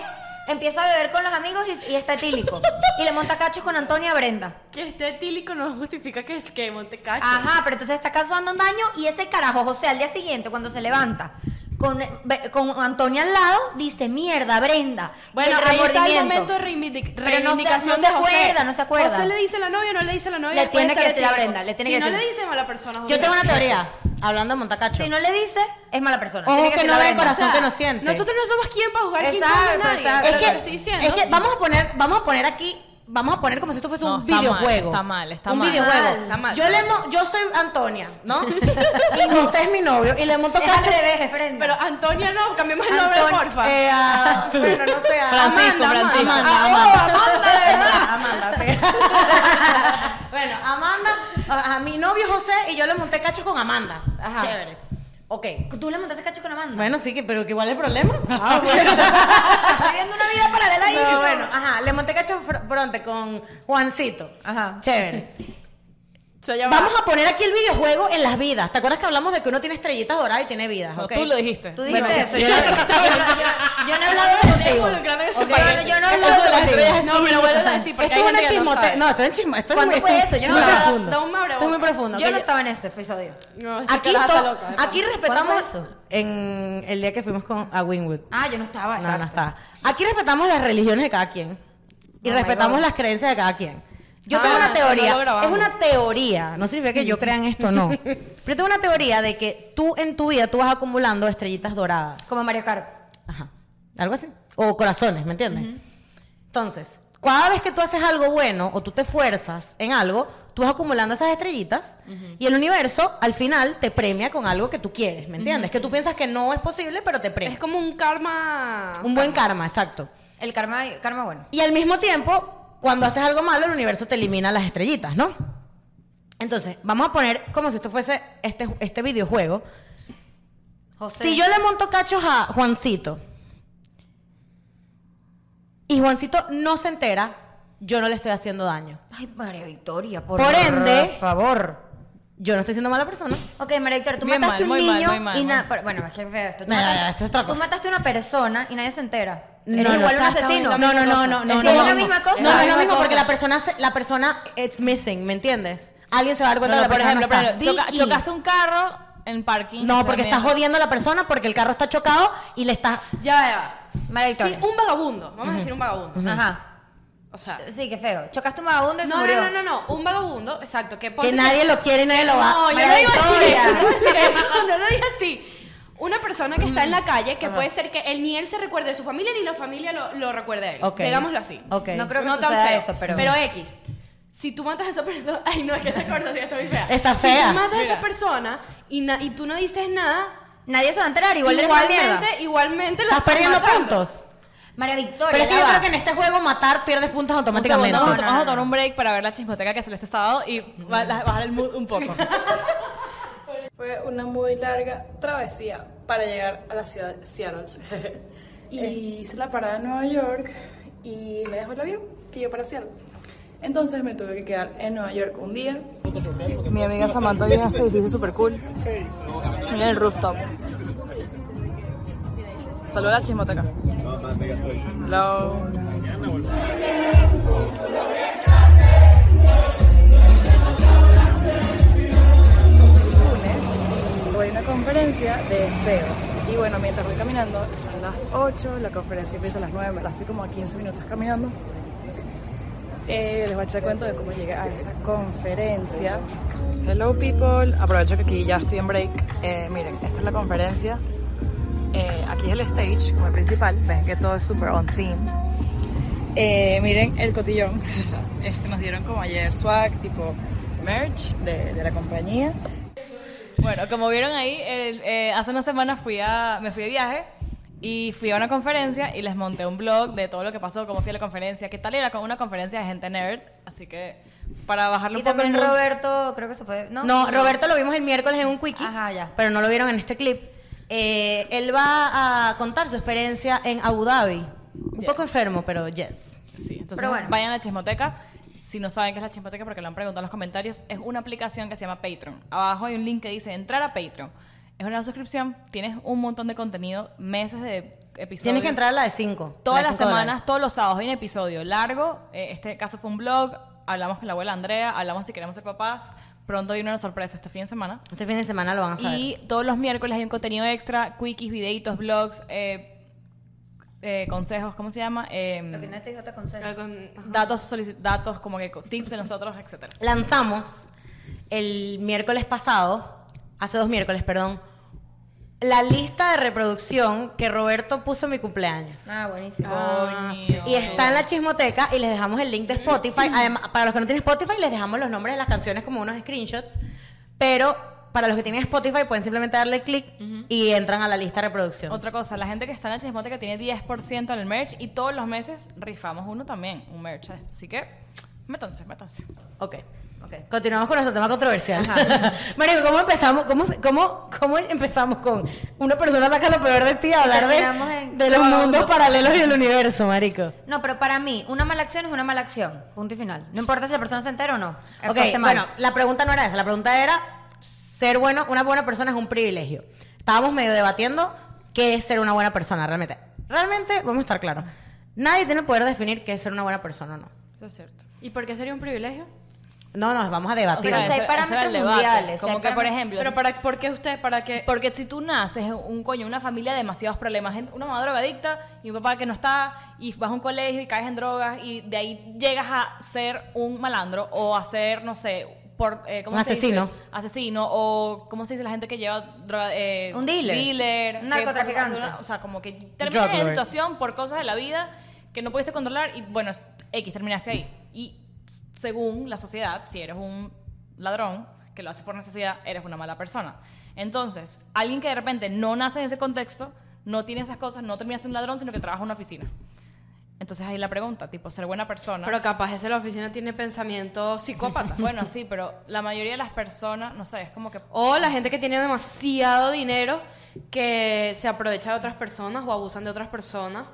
empieza a beber con los amigos y, y está etílico. Y le monta cachos con Antonia Brenda. Que esté etílico no justifica que es que monte cacho. Ajá, pero entonces está causando un daño y ese carajo José al día siguiente cuando se levanta con, ve- con Antonia al lado dice, mierda, Brenda. Y Bueno, el ahí está el remordimiento. momento de reivindic- Pero no se- reivindicación no se de José. acuerda, no se acuerda. José le dice a la novia, no le dice a la novia. Le después tiene está que decir a etílico. Brenda, le tiene si que no decir. le dicen a la persona, José. Yo tengo una teoría, hablando de montacacho. Si no le dice, es mala persona. Ojo Tiene que ser no la ve Brenda. corazón que no siente. Nosotros no somos quien para jugar Exacto, quién con nadie. exacto. Eh, Es es que que, lo estoy diciendo. es que vamos a poner, vamos a poner aquí, vamos a poner como si esto fuese No, un está mal, videojuego. está mal, está un mal. videojuego. Está mal, está mal. yo le mo- yo soy Antonia, ¿no? y José es mi novio y le monto Es al cacho. revés, Brenda. Pero ah, Antonia no, cambiemos el nombre, Antonio- porfa. Eh, a- bueno, no sé. a- Francisco, Amanda, Francisco. Amanda, Ah, Amanda. oh, Amanda, de verdad. Amanda, ok. bueno, Amanda, a, a mi novio José y yo le monté cacho con Amanda. Ajá. Chévere. Ok. Tú le montaste cacho con Ah, Amanda. Bueno, sí, que, pero que igual el problema. Está viviendo una vida paralela ahí. No, bueno, ajá, le monté cacho fr- fronte con Juancito. Ajá. Chévere. Se llama- Vamos a poner aquí el videojuego en las vidas. ¿Te acuerdas que hablamos de que uno tiene estrellitas doradas y tiene vidas? No, Ah, ok? Tú lo dijiste. Tú dijiste Bueno, eso. sí. Yo, no- yo no- yo- yo no he hablado de Estoy contigo. involucrando en ese Ok. paquete. Yo no- yo no Eso hablo de de las contigo. estrellas, No, pero vuelvo a decir, porque Esto hay es una gente que no chismote. sabe. No, esto es un chismote. Esto es ¿Cuándo muy- fue esto- eso? Yo no muy me acuerdo. profundo. Da un abre Esto es muy boca. profundo. Yo ok, no ya. estaba en ese episodio. No, esa Aquí, caraja to- está loca, de aquí pana. respetamos fue eso? en el día que fuimos con a Winwood. Ah, yo no estaba. No, exacto. no está. Aquí respetamos las religiones de cada quien y Oh my respetamos God. las creencias de cada quien. Yo Ah, tengo una eso no teoría, lo grabamos. es una teoría, no significa que yo crea en esto, no. Pero yo tengo una teoría de que tú en tu vida tú vas acumulando estrellitas doradas. Como Mario Kart. Ajá. Algo así. O corazones, ¿me entiendes? Entonces, cada vez que tú haces algo bueno o tú te fuerzas en algo, tú vas acumulando esas estrellitas y el universo al final te premia con algo que tú quieres, ¿me entiendes? Que tú piensas que no es posible, pero te premia. Es como un karma. un buen karma, exacto. El karma, karma bueno. Y al mismo tiempo, cuando haces algo malo, el universo te elimina las estrellitas, ¿no? Entonces, vamos a poner como si esto fuese este, este videojuego. José. Si yo le monto cachos a Juancito y Juancito no se entera, yo no le estoy haciendo daño. Ay, María Victoria, por, Por ende- favor. Yo no estoy siendo mala persona. Ok, María Victoria, tú Bien mataste mal, un muy mal, niño muy mal, y muy nada. mal. Bueno, es que es feo esto. Tú No, no, no, mataste- eso es otra Tú cosa. mataste a una persona y nadie se entera. No, Eres no, igual un está- asesino. No, no, no, no, no. Es no, que es no, la no. misma No, cosa. no es lo Misma mismo cosa. porque la persona, se- la persona it's missing, ¿me entiendes? Alguien se va a dar No, cuenta de no, la por persona. ejemplo, no por ejemplo, está. choca- Vicky. chocaste un carro en parking. No, Estoy porque estás viendo. jodiendo a la persona porque el carro está chocado y le estás. Ya va, ya va. María Sí, Victoria. un vagabundo. Vamos a decir un vagabundo. Ajá. O sea. Sí, qué feo. Chocaste un vagabundo y se No, murió. no, no, no, no. Un vagabundo, exacto. Que, ponte Que nadie lo quiere y nadie lo va. No, yo María no iba a decir Victoria. eso. No iba a decir eso. No lo dije así. Una persona que está en la Mm. calle, que puede ser que él ni él se recuerde de su familia, ni la familia lo, lo recuerde a él. Ok. Digámoslo así. Ok. No creo que no tan suceda feo, eso, pero... X. Si tú matas a esa persona. Ay, no, es que esta conversación está muy fea. Está fea. Si tú matas a Mira. esta persona y, na- y tú no dices nada, Nadie se va a enterar, igual eres una mierda. igualmente, igualmente la Estás perdiendo matando. puntos. María Victoria, Pero es que ya yo va. creo que en este juego matar pierdes puntos Un segundo, automáticamente. vamos, a No, to- no, vamos no, a tomar no. un break para ver la chismoteca que sale este sábado y ba- la- bajar el mood un poco. Fue una muy larga travesía para llegar a la ciudad de Seattle. Eh. y hice la parada en Nueva York y me dejó el avión que yo para Seattle. Entonces me tuve que quedar en Nueva York un día. Mi amiga Samantha vio este edificio súper cool. Mira el rooftop. Saluda a la chismoteca. Hello. Voy a una conferencia de SEO. Y bueno, mientras voy caminando, son las 8, la conferencia empieza a las 9, me la estoy como a 15 minutos caminando. Eh, les voy a echar cuento de cómo llegué a esa conferencia. Hello people, aprovecho que aquí ya estoy en break. Eh, miren, esta es la conferencia. Eh, aquí es el stage, como el principal. Ven que todo es super on theme. Eh, miren el cotillón. Este nos dieron como ayer swag, tipo merch de- de la compañía. Bueno, como vieron ahí, el- eh, hace una semana fui a, me fui de viaje y fui a una conferencia y les monté un blog de todo lo que pasó, cómo fui a la conferencia, qué tal era con una conferencia de gente nerd. Así que para bajarlo Y un poco el también mood, Roberto, creo que se fue. No, No, Roberto lo vimos el miércoles en un quickie. Ajá, ya. Pero no lo vieron en este clip. Eh, él va a contar su experiencia en Abu Dhabi. Un poco enfermo, pero yes. Sí, entonces Pero bueno. vayan a la chismoteca. Si no saben qué es la chismoteca, porque lo han preguntado en los comentarios, es una aplicación que se llama Patreon. Abajo hay un link que dice entrar a Patreon. Es una suscripción, tienes un montón de contenido, meses de episodios. Tienes que entrar a la de 5. Todas las semanas, todos los sábados, hay un episodio largo. Eh, este caso fue un blog. Hablamos con la abuela Andrea, hablamos si queremos ser papás. Pronto hay una sorpresa este fin de semana. Este fin de semana lo van a saber. Y todos los miércoles hay un contenido extra, quickies, videitos, blogs, eh, eh, consejos, ¿cómo se llama? Em, Lo que no te dijo te aconsejo. datos, solici- datos, como que co- tips de nosotros, etcétera. Lanzamos el miércoles pasado, hace dos miércoles, perdón, la lista de reproducción que Roberto puso en mi cumpleaños. Ah, buenísimo. Coño. Y está en la chismoteca y les dejamos el link de Spotify. Además, para los que no tienen Spotify, les dejamos los nombres de las canciones como unos screenshots. Pero para los que tienen Spotify, pueden simplemente darle clic y entran a la lista de reproducción. Otra cosa, la gente que está en la chismoteca tiene 10% en el merch y todos los meses rifamos uno también, un merch. Así que, métanse, métanse. Ok. Ok. Continuamos con nuestro tema controversial. Mario, ¿cómo empezamos? ¿Cómo, se- cómo, ¿Cómo empezamos con una persona saca lo peor de ti a hablar terminamos de, en- de los No, mundos no. paralelos y del universo, marico? No, pero para mí, una mala acción es una mala acción. Punto y final. No importa si la persona se entera o no. Ok, Actuaste mal. bueno, la pregunta no era esa. La pregunta era, ser bueno, una buena persona es un privilegio. Estábamos medio debatiendo qué es ser una buena persona realmente. Realmente, vamos a estar claros, nadie tiene el poder de definir qué es ser una buena persona o no. Eso es cierto. ¿Y por qué sería un privilegio? No, nos vamos a debatir. Ah, Pero Mira, si hay ese- ese era el parámetros debate. mundiales, si Como hay que, por parámetros- ejemplo, Pero para, ¿por qué usted? ¿Para qué? Porque si tú naces en un coño, una familia de demasiados problemas, en- una mamá drogadicta y un papá que no está, y vas a un colegio y caes en drogas, y de ahí llegas a ser un malandro o a ser, no sé, por, eh, ¿cómo Un se dice? asesino. Asesino, o ¿cómo se dice la gente que lleva droga? eh, Un dealer. dealer, Un que- narcotraficante. o sea, como que Drug terminas en lord. la situación por cosas de la vida que no pudiste controlar y bueno, es- X, terminaste ahí. Y s- según la sociedad, si eres un ladrón que lo haces por necesidad, eres una mala persona. Entonces, alguien que de repente no nace en ese contexto, no tiene esas cosas, no termina siendo un ladrón, sino que trabaja en una oficina. Entonces ahí la pregunta, tipo, ser buena persona. Pero capaz ese de la oficina tiene pensamiento psicópata. bueno, sí, pero la mayoría de las personas, no sé, es como que... O la gente que tiene demasiado dinero que se aprovecha de otras personas o abusan de otras personas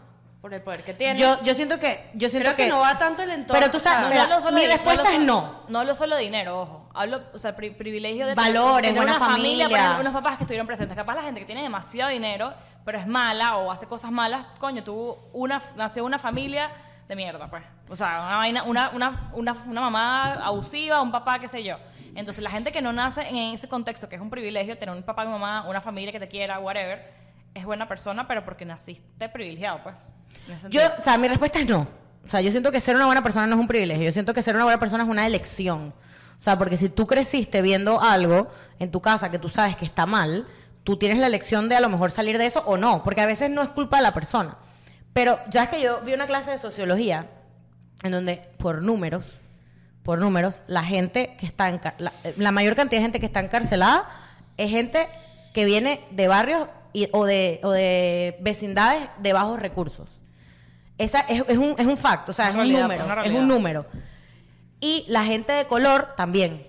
por el poder que tienen. Yo, yo siento que... Yo siento Creo que no va tanto el entorno, Pero tú sabes, o sea, mira, hablo solo mi de- no respuesta hablo es solo- no. No hablo solo de dinero, ojo. Hablo, o sea, pri- privilegio de Valores, tener buena una familia, por familia. ejemplo, unos papás que estuvieron presentes. Capaz la gente que tiene demasiado dinero, pero es mala o hace cosas malas, coño, tuvo una, nació una familia de mierda, pues. O sea, una vaina, una, una, una, una mamá abusiva, un papá, qué sé yo. Entonces, la gente que no nace en ese contexto, que es un privilegio, tener un papá y mamá, una familia que te quiera, whatever, es buena persona, pero porque naciste privilegiado, pues. En ese Yo, sentido. o sea, mi respuesta es no. O sea, yo siento que ser una buena persona no es un privilegio. Yo siento que ser una buena persona es una elección. O sea, porque si tú creciste viendo algo en tu casa que tú sabes que está mal, tú tienes la elección de a lo mejor salir de eso o no. Porque a veces no es culpa de la persona. Pero ya es que yo vi una clase de sociología en donde, por números, por números, la gente que está en ca- la, la mayor cantidad de gente que está encarcelada es gente que viene de barrios y- o, de, o de vecindades de bajos recursos. Esa es, es un, es un fact, o sea, Una es realidad, un número. una Es realidad. un número. Y la gente de color también.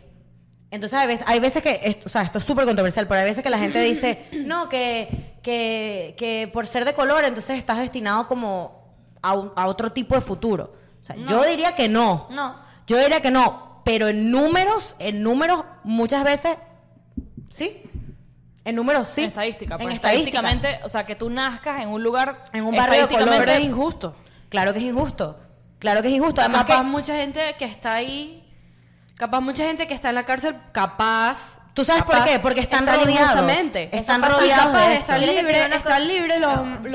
Entonces, hay veces, hay veces que, esto, o sea, esto es súper controversial, pero hay veces que la gente dice, no, que, que, que por ser de color, entonces estás destinado como a, un- a otro tipo de futuro. O sea, yo diría que no. No. Yo diría que no, pero en números, en números, muchas veces, sí. En números, sí. En estadística. En pues, estadísticas. estadísticamente, o sea, que tú nazcas en un lugar. En un barrio de estadísticamente- color. Pero es injusto. Claro que es injusto. Claro que es injusto. Además, capaz que- mucha gente que está ahí, capaz mucha gente que está en la cárcel, capaz. ¿Tú sabes por capaz qué? Porque están están rodeados. injustamente. Están Capaz- rodeados capaz de están eso. ¿Quieres que te diga libres, una están cosa? libres los,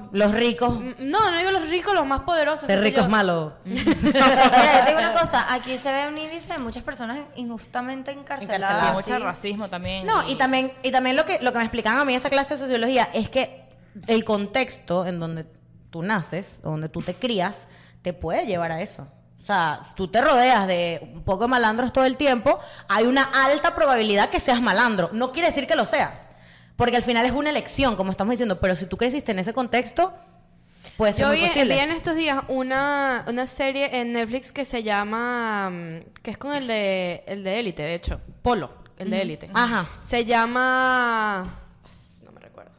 los los ricos, no, no digo los ricos, los más poderosos. ser qué sé ricos yo. es malo. Mira, yo te digo una cosa. Aquí se ve un índice de muchas personas injustamente Y encarceladas. mucho sí. racismo también. No, y también, y también lo que, lo que me explicaban a mí en esa clase de sociología es que el contexto en donde tú naces, o donde tú te crías, te puede llevar a eso. O sea, tú te rodeas de un poco de malandros todo el tiempo, hay una alta probabilidad que seas malandro. No quiere decir que lo seas, porque al final es una elección, como estamos diciendo, pero si tú creciste en ese contexto, puede ser Yo muy vi, posible. vi en estos días una, una serie en Netflix que se llama, mm, que es con el de el de élite, de hecho, Polo, el de élite. Ajá. Se llama, no me recuerdo.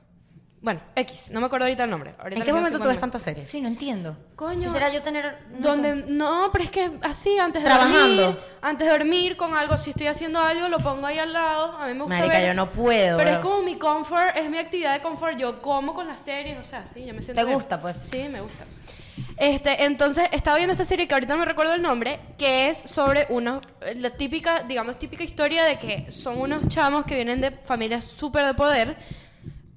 Bueno, X, no me acuerdo ahorita el nombre. Ahorita ¿en les qué digo momento su tú ves nombre. tantas series? Sí, no entiendo. Coño. ¿Será yo tener no, Donde, no, pero es que así, antes de Trabajando. dormir, antes de dormir con algo, si estoy haciendo algo, lo pongo ahí al lado, a mí me gusta Marica, ver- yo no puedo, Pero bro. es como mi comfort, es mi actividad de confort, yo como con las series, o sea, sí, yo me siento ¿Te bien. gusta, pues? Sí, me gusta. Este, entonces, estaba viendo esta serie que ahorita no recuerdo el nombre, que es sobre unos, la típica, digamos, típica historia de que son unos chamos que vienen de familias súper de poder,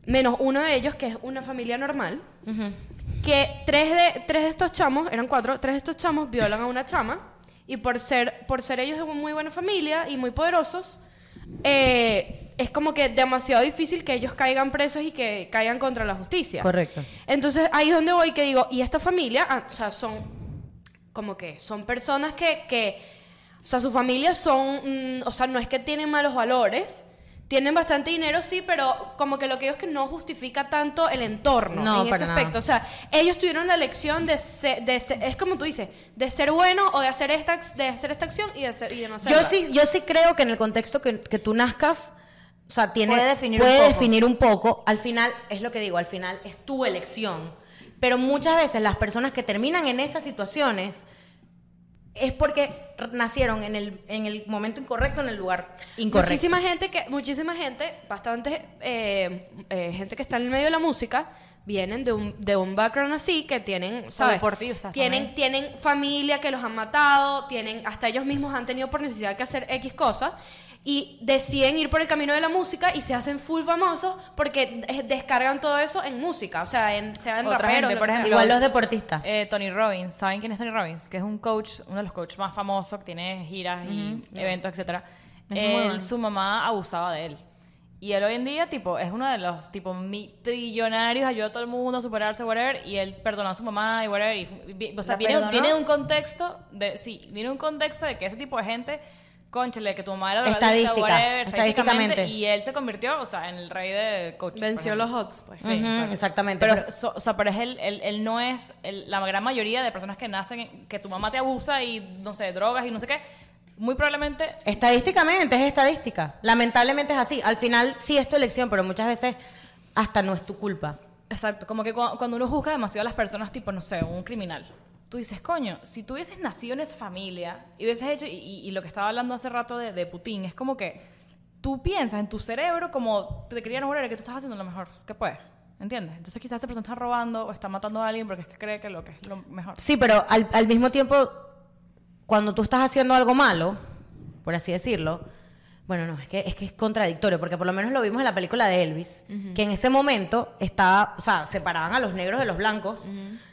menos uno de ellos, que es una familia normal que tres de, tres de estos chamos, eran cuatro, tres de estos chamos violan a una chama y por ser, por ser ellos de una muy buena familia y muy poderosos, eh, es como que demasiado difícil que ellos caigan presos y que caigan contra la justicia. Correcto. Entonces ahí es donde voy que digo, y esta familia, ah, o sea, son como que son personas que, que o sea, sus familias son, mm, o sea, no es que tienen malos valores. Tienen bastante dinero, sí, pero como que lo que digo es que no justifica tanto el entorno No, en ese para nada. aspecto. O sea, ellos tuvieron la elección de ser, de ser- es como tú dices, de ser bueno o de hacer esta, ac- de hacer esta acción y de, hacer- y de no hacerla. Yo sí, yo sí creo que en el contexto que, que tú nazcas, o sea, tiene, Puede definir puede un poco. definir un poco. Al final, es lo que digo, al final es tu elección. Pero muchas veces las personas que terminan en esas situaciones es porque nacieron en el, en el momento incorrecto, en el lugar incorrecto. Muchísima gente que, muchísima gente, bastante eh, eh, gente que está en el medio de la música, vienen de un, de un background así, que tienen, ¿sabes? deportistas tienen, tienen familia que los han matado, tienen, hasta ellos mismos han tenido por necesidad que hacer X cosas. Y deciden ir por el camino de la música y se hacen full famosos porque des- descargan todo eso en música. O sea, en, sean Otra raperos, gente, lo por que sea. ejemplo. Igual los deportistas. Eh, Tony Robbins, ¿saben quién es Tony Robbins? Que es un coach, uno de los coaches más famosos, que tiene giras y eventos, etcétera. muy Él- bueno. Su mamá abusaba de él. Y él hoy en día, tipo, es uno de los, tipo, mi- trillonarios, ayuda a todo el mundo a superarse, whatever, y él perdonó a su mamá y whatever. y vi- o sea, ¿La viene, perdonó? viene de un contexto de, sí, viene de un contexto de que ese tipo de gente, conchale, que tu mamá era drogadicta, Estadística, whatever, estadísticamente. Y él se convirtió, o sea, en el rey de coach. Venció los hots, pues. Sí, Ujú, exacto. exactamente. Pero, Pero- so- o sea, pero es el, el- el no es el- la gran mayoría de personas que nacen, que tu mamá te abusa y no sé, drogas y no sé qué. Muy probablemente Estadísticamente es estadística. Lamentablemente es así. Al final sí es tu elección, pero muchas veces hasta no es tu culpa. Exacto, como que cua- cuando uno juzga demasiado a las personas, tipo, no sé, un criminal, tú dices, coño, si tú hubieses nacido en esa familia y hubieses hecho, y, y- y lo que estaba hablando hace rato de, de Putin, es como que tú piensas en tu cerebro como te querían era que tú estás haciendo lo mejor que puedes, ¿entiendes? Entonces quizás esa persona está robando o está matando a alguien porque es que cree que lo que es lo mejor. Sí, pero al, al mismo tiempo, cuando tú estás haciendo algo malo, por así decirlo, bueno, no, es que, es que es contradictorio, porque por lo menos lo vimos en la película de Elvis, que en ese momento estaba, o sea, separaban a los negros de los blancos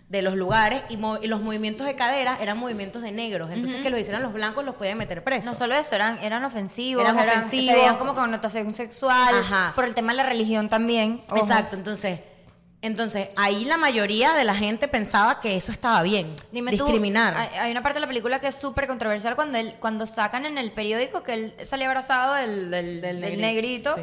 de los lugares y, mo- y los movimientos de cadera eran movimientos de negros, entonces que los hicieran los blancos los podían meter presos. No solo eso, eran, eran ofensivos, Eran eran, ofensivos. se veían como con notación sexual, Ajá. por el tema de la religión también. ojo. Exacto, entonces, entonces ahí la mayoría de la gente pensaba que eso estaba bien, Dime discriminar. tú, hay, hay una parte de la película que es súper controversial cuando él, cuando sacan en el periódico que él sale abrazado del, del, del negrito.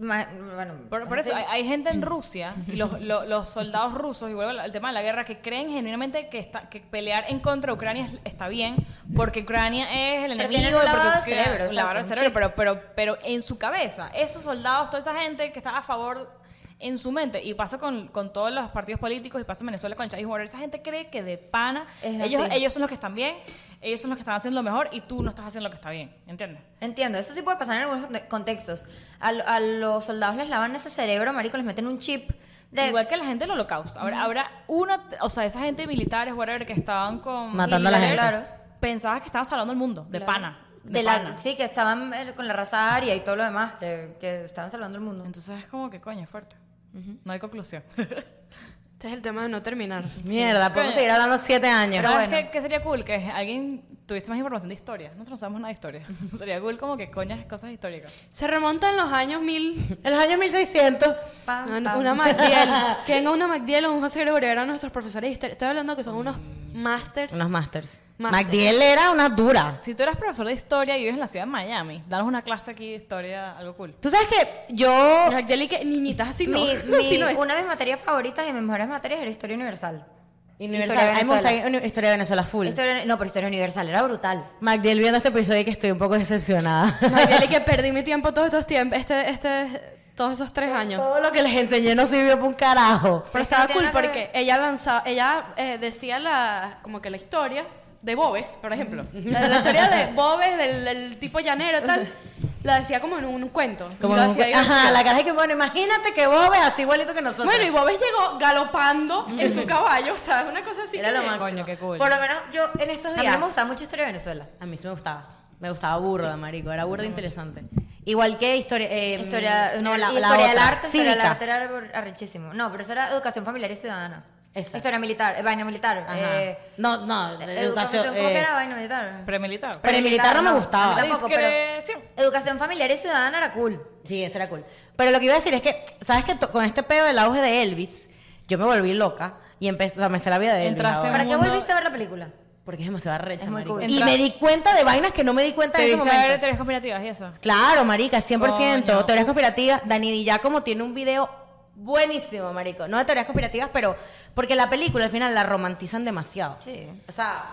Ma- bueno, Por, por eso, hay, hay gente en Rusia, y los, lo- los soldados rusos, y vuelvo al- al tema de la guerra, que creen genuinamente que, está, que pelear en contra de Ucrania es- está bien, porque Ucrania es el Pero enemigo. tienen y un porque lavado de Ucra- cerebro, un lavado de exacto, cerebro, un pero, pero, pero en su cabeza, esos soldados, toda esa gente que está a favor en su mente, y pasa con, con todos los partidos políticos, y pasa en Venezuela con Chávez, y Guardado, esa gente cree que de pana, Es ellos, así. ellos son los que están bien, ellos son los que están haciendo lo mejor, y tú no estás haciendo lo que está bien, ¿entiendes? Entiendo, eso sí puede pasar en algunos conte- contextos. A, lo- a los soldados les lavan ese cerebro, marico, les meten un chip de... Igual que la gente del holocausto. Ahora, habrá una, o sea, esa gente militares, whatever, que estaban con. Matando a la gente. Claro. Pensabas que estaban salvando el mundo, de pana. De, de la- pana. sí, que estaban eh, con la raza aria y todo lo demás, que, que estaban salvando el mundo. Entonces es como que coño, es fuerte. No hay conclusión. Este es el tema de no terminar. Mierda, podemos Coño. seguir hablando siete años. Pero ¿Sabes qué, qué sería cool? Que alguien tuviese más información de historia. Nosotros no sabemos nada de historia. sería cool como que coñas, cosas históricas. Se remontan los años mil. En los años 1600. Pam, Una- pam. Ah, Una MacDiel. que venga una MacDiel o un José Gregorio eran nuestros profesores de historia. Estoy hablando que son unos masters. Unos masters. Masters. MacDiel era una dura. Si tú eras profesor de historia y vives en la ciudad de Miami, danos una clase aquí de historia, algo cool. Tú sabes que yo... MacDiel y que niñitas así no. Mi- así mi- no es. una de mis materias favoritas y mis mejores materias era historia universal. Universal, a mí me gusta uni- Historia de Venezuela full. Historia- no, pero historia universal era brutal. MacDiel viendo este episodio y que estoy un poco decepcionada. MacDiel y que perdí mi tiempo todos estos tiempos. Este, este, todos esos tres años. Todo lo que les enseñé no sirvió para un carajo. Pero Esto no estaba tiene cool nada que porque ella lanzaba, ella eh, decía la, como que la historia de Bobes, por ejemplo. La, la historia de Bobes, del, del tipo llanero y tal, la decía como en un, cuento. Como Lo un- hacía ajá, divertido. la caja que bueno, imagínate que vos ves así igualito que nosotros. Bueno, y Bobes llegó galopando en su caballo, o sea, una cosa así. era que- lo máximo. Coño, qué cool. Por lo menos yo en estos A mí días. no me gustaba mucho Historia de Venezuela. A mí sí me gustaba. Me gustaba burda, marico. Era burda interesante. Igual que historia. Em, eh, Historia, no, y la- la historia del otra, arte, historia del cívica. arte era arr- arrechísimo. No, pero eso era educación familiar y ciudadana. Exacto. Historia militar, eh, vaina militar. Ajá. eh, no, no, de educación, educación. ¿Cómo eh, que era vaina militar? Premilitar. Pre- Premilitar no me a mí gustaba. tampoco, pero Discreción. educación familiar y ciudadana era cool. Sí, ese era cool. Pero lo que iba a decir es que, ¿sabes qué? To- Con este pedo del auge de Elvis, yo me volví loca y empecé, o sea, me sé la vida de Elvis. Entraste ahora. ¿Para qué mundo- volviste a ver la película? Porque es demasiado arrecha, Es muy marico. cool. Y Entra- me di cuenta de vainas que no me di cuenta Te en ese diste a ver momento. teorías conspirativas y eso. Claro, marica, 100%. Coño. Teorías conspirativas. Dani Di Giacomo tiene un video buenísimo, marico. No de teorías conspirativas, pero porque la película al final la romantizan demasiado. Sí. O sea,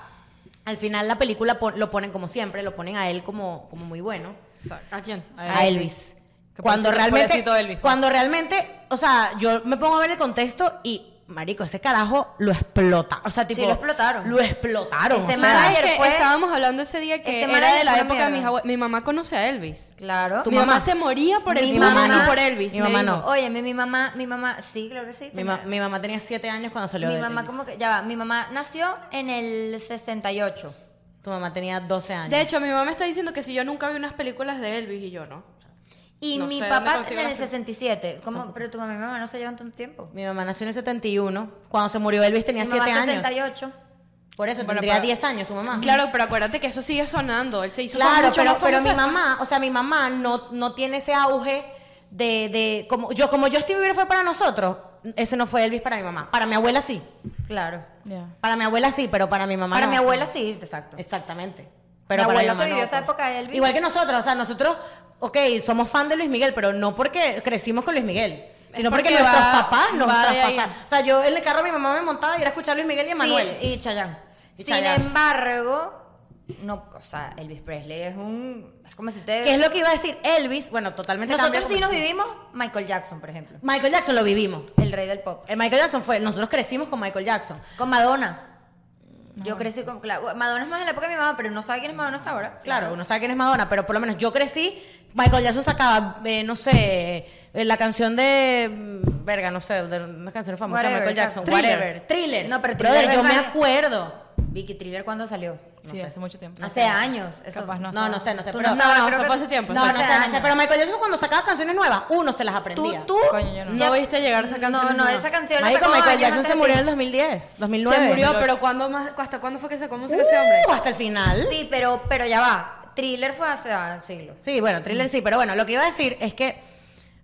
al final la película pon- lo ponen como siempre, lo ponen a él como, como muy bueno. Exacto. ¿A quién? A, Elvis. Que Cuando pobrecito- realmente, pobrecito Elvis. cuando realmente, o sea, yo me pongo a ver el contexto y, marico, ese carajo lo explota. O sea, tipo, lo explotaron. Lo explotaron. Ese o man sea, ayer Que fue- Estábamos hablando ese día que Ese era de manager la fue una época de mis mierda. abue- Mi mamá conoce a Elvis. Claro. Mi mamá, se moría por el Mi mi mamá mamá- y por Elvis. mi me mamá dijo. no. Oye, mi, mi mamá, mi mamá, sí, claro que sí. mi, tenía- ma- mi mamá tenía siete años cuando salió mi de mamá Elvis. como que, ya va, mi mamá nació en el 68. Tu mamá tenía 12 años. De hecho, mi mamá me está diciendo que si yo nunca vi unas películas de Elvis y yo no. Y No mi sé, ¿dónde papá en consigo el las- 67. ¿Cómo? Pero tu mamá y mi mamá no se llevan tanto tiempo. mi mamá nació en el 71. Cuando se murió Elvis tenía mi 7 mamá años. 68. Por eso Bueno, tendría pero- 10 años tu mamá. Claro, pero acuérdate que eso sigue sonando. Él se hizo Ah. Claro, mucho pero, más pero famoso mi mamá, o sea, mi mamá no, no tiene ese auge de, de como yo como Justin Bieber fue para nosotros, ese no fue Elvis para mi mamá. Para mi abuela sí. Claro. Ya. Para mi abuela sí, pero para mi mamá Para no. mi abuela sí, exacto. Exactamente. Mi para abuela mamá se vivió esa pues. época de Elvis. Igual que nosotros, o sea, nosotros, ok, somos fan de Luis Miguel, pero no porque crecimos con Luis Miguel. Sino porque, porque nuestros va- papás nos va de ahí. traspasaron. O sea, yo en el carro mi mamá me montaba y era a escuchar Luis Miguel y Emanuel. Sí, y Chayanne. Y Sin Chayanne. embargo, no, o sea, Elvis Presley es un es como si te ¿Qué es lo que iba a decir? Elvis, bueno, totalmente cambia Nosotros como- sí nos vivimos Michael Jackson, por ejemplo, Michael Jackson lo vivimos. el rey del pop. El Michael Jackson fue, nosotros crecimos con Michael Jackson. Con Madonna. Yo crecí con claro, Madonna es más de la época de mi mamá, pero no sabe quién es Madonna hasta ahora. Claro, uno sabe quién es Madonna, pero por lo menos yo crecí. Michael Jackson sacaba, eh, no sé, eh, la canción de. mm, Verga, no sé, de una canción famosa de Whatever, Michael Jackson. exacto. Thriller. Whatever. Thriller. No, pero Brother, Thriller yo es me más- acuerdo. Vicky Thriller cuándo salió? Sí, hace mucho tiempo. Hace años, eso. Capaz no. No, no sé, no sé. Tú Pero, no estabas, No, creo eso que- fue hace tiempo, no, no hace sé, no sé. años. Pero Michael Jackson cuando sacaba canciones nuevas, uno se las Tú, aprendía. tú Coño, yo no. No viste llegar esa No, canción no, nueva. esa canción la Marico, sacó Michael años Jackson antes se de murió en ti. el 2010, 2009. Se murió, pero ¿cuándo más, ¿hasta cuándo fue que se conoció ese hombre? Uh, hasta el final. pues, Sí, pero, pero ya va. Thriller fue hace ah, siglos. Sí, bueno, thriller sí, pero bueno, lo que iba a decir es que.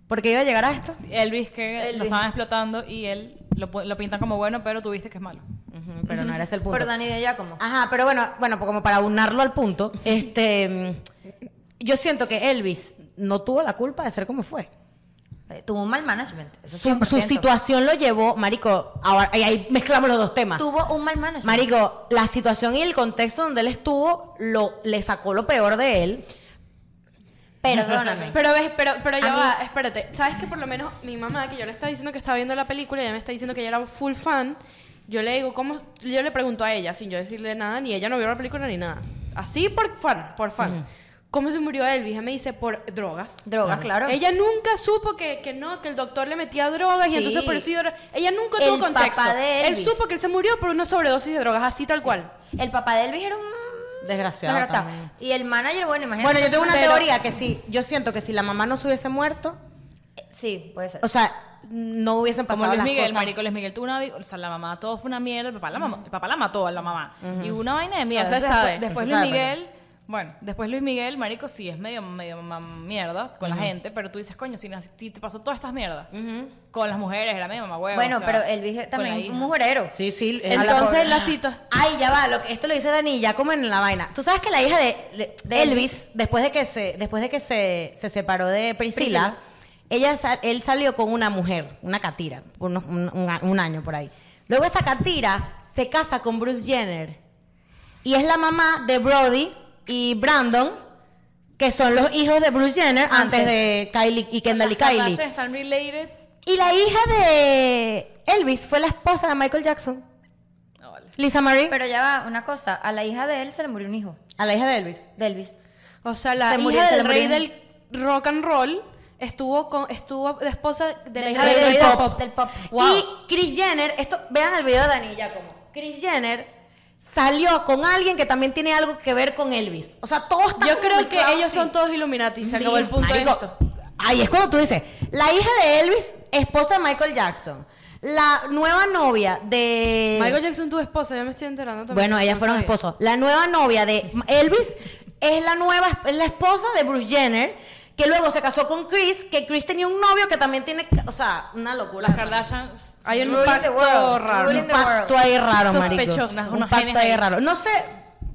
¿Por qué iba a llegar a esto? Elvis que lo Elvis. estaban explotando y él lo, pu- lo pintan como bueno, pero tú viste que es malo. Ujú, pero no era ese el punto. Pero Dani de Giacomo. Ajá, pero bueno, bueno, pues como para unarlo al punto, este mm, yo siento que Elvis no tuvo la culpa de ser como fue. Eh, Tuvo un mal management. Eso Su, su 100%. situación lo llevó, marico, ahora y ahí mezclamos los dos temas. Tuvo un mal management. Marico, la situación y el contexto donde él estuvo lo le sacó lo peor de él. Perdóname. Pero ves, pero, pero ya A va, espérate. ¿Sabes que por lo menos mi mamá, que yo le estaba diciendo que estaba viendo la película, ella me está diciendo que ella era full fan, yo le digo, ¿cómo? Yo le pregunto a ella, sin yo decirle nada, ni ella no vio la película ni nada. Así por fan, por fan. ¿Cómo se murió Elvis? Ella me dice, por drogas. Drogas, claro. Ella nunca supo que, que no, que el doctor le metía drogas y Sí. entonces por eso yo- ella nunca El tuvo contexto. papá de él Elvis. supo que él se murió por una sobredosis de drogas, así tal cual. El papá de Elvis era un Desgraciado desgraciado. también. Y el manager, bueno, imagínate. Bueno, yo tengo una Pero- teoría que sí, yo siento que si la mamá no se hubiese muerto, Eh, Sí, puede ser. o sea, no hubiesen pasado Como Luis las Miguel, cosas. marico, Luis Miguel tuvo una... vi- O sea, la mamá todo fue una mierda, el papá la, mamó- el papá la mató a la mamá. Y una vaina de mierda. No se Entonces, sabe, después- Después, no se Luis sabe, Miguel... Bueno, después Luis Miguel, marico, sí es medio, medio mamá mierda con la gente, pero tú dices, coño, si, nac- si te pasó todas estas mierdas con las mujeres, era medio mamá huevo. bueno, o sea, pero Elvis con la también hija. un mujerero. Sí, sí, es- Entonces la cito. Ay, ya va, lo que- esto lo dice Dani, ya como en la vaina. Tú sabes que la hija de, de- De Elvis, después de que se, después de que se, se separó de Priscila, Priscila. ella sa- él salió con una mujer, una catira, unos- un, un a- un año por ahí. Luego esa catira se casa con Bruce Jenner y es la mamá de Brody y Brandon, que son los hijos de Bruce Jenner antes, Antes. de Kylie y Kendall y Kardashian Kylie. están related. Y la hija de Elvis fue la esposa de Michael Jackson, No, vale. Lisa Marie. Pero ya va, una cosa, a la hija de él se le murió un hijo, A la hija de Elvis. de Elvis. O sea, la Se murió, hija se del le rey murió. del rock and roll estuvo con, estuvo de esposa de la Del hija rey del del rey del pop. pop. Del pop. Wow. Y Chris Jenner, esto, vean el video de Dani Giacomo. Chris Jenner salió con alguien que también tiene algo que ver con Elvis. O sea, todos están Yo como creo que mezclados ellos así. son todos Illuminati. Se Sí, acabó el punto de marico, eh. esto. Ahí es cuando tú dices, la hija de Elvis, esposa de Michael Jackson. La nueva novia de... Michael Jackson tu esposa, ya me estoy enterando también. Bueno, ellas No fueron sabía. esposos. La nueva novia de Elvis es la nueva es la esposa de Bruce Jenner, que luego se casó con Chris, que Chris tenía un novio que también tiene, o sea, una locura. Las Kardashians. Hay un Ruling the pacto world. raro. Ruling un the world. pacto ahí raro, Sospechoso. marico. Un Unos pacto genes ahí ahí. raro. No sé,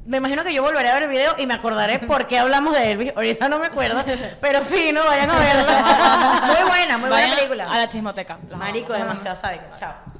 me imagino que yo volveré a ver el video y me acordaré por qué hablamos de Elvis. Ahorita no me acuerdo, pero fino, vayan a verlo. Muy buena, muy buena Vayan película. A la chismoteca. Las Marico, amo. demasiado sádico. Chao.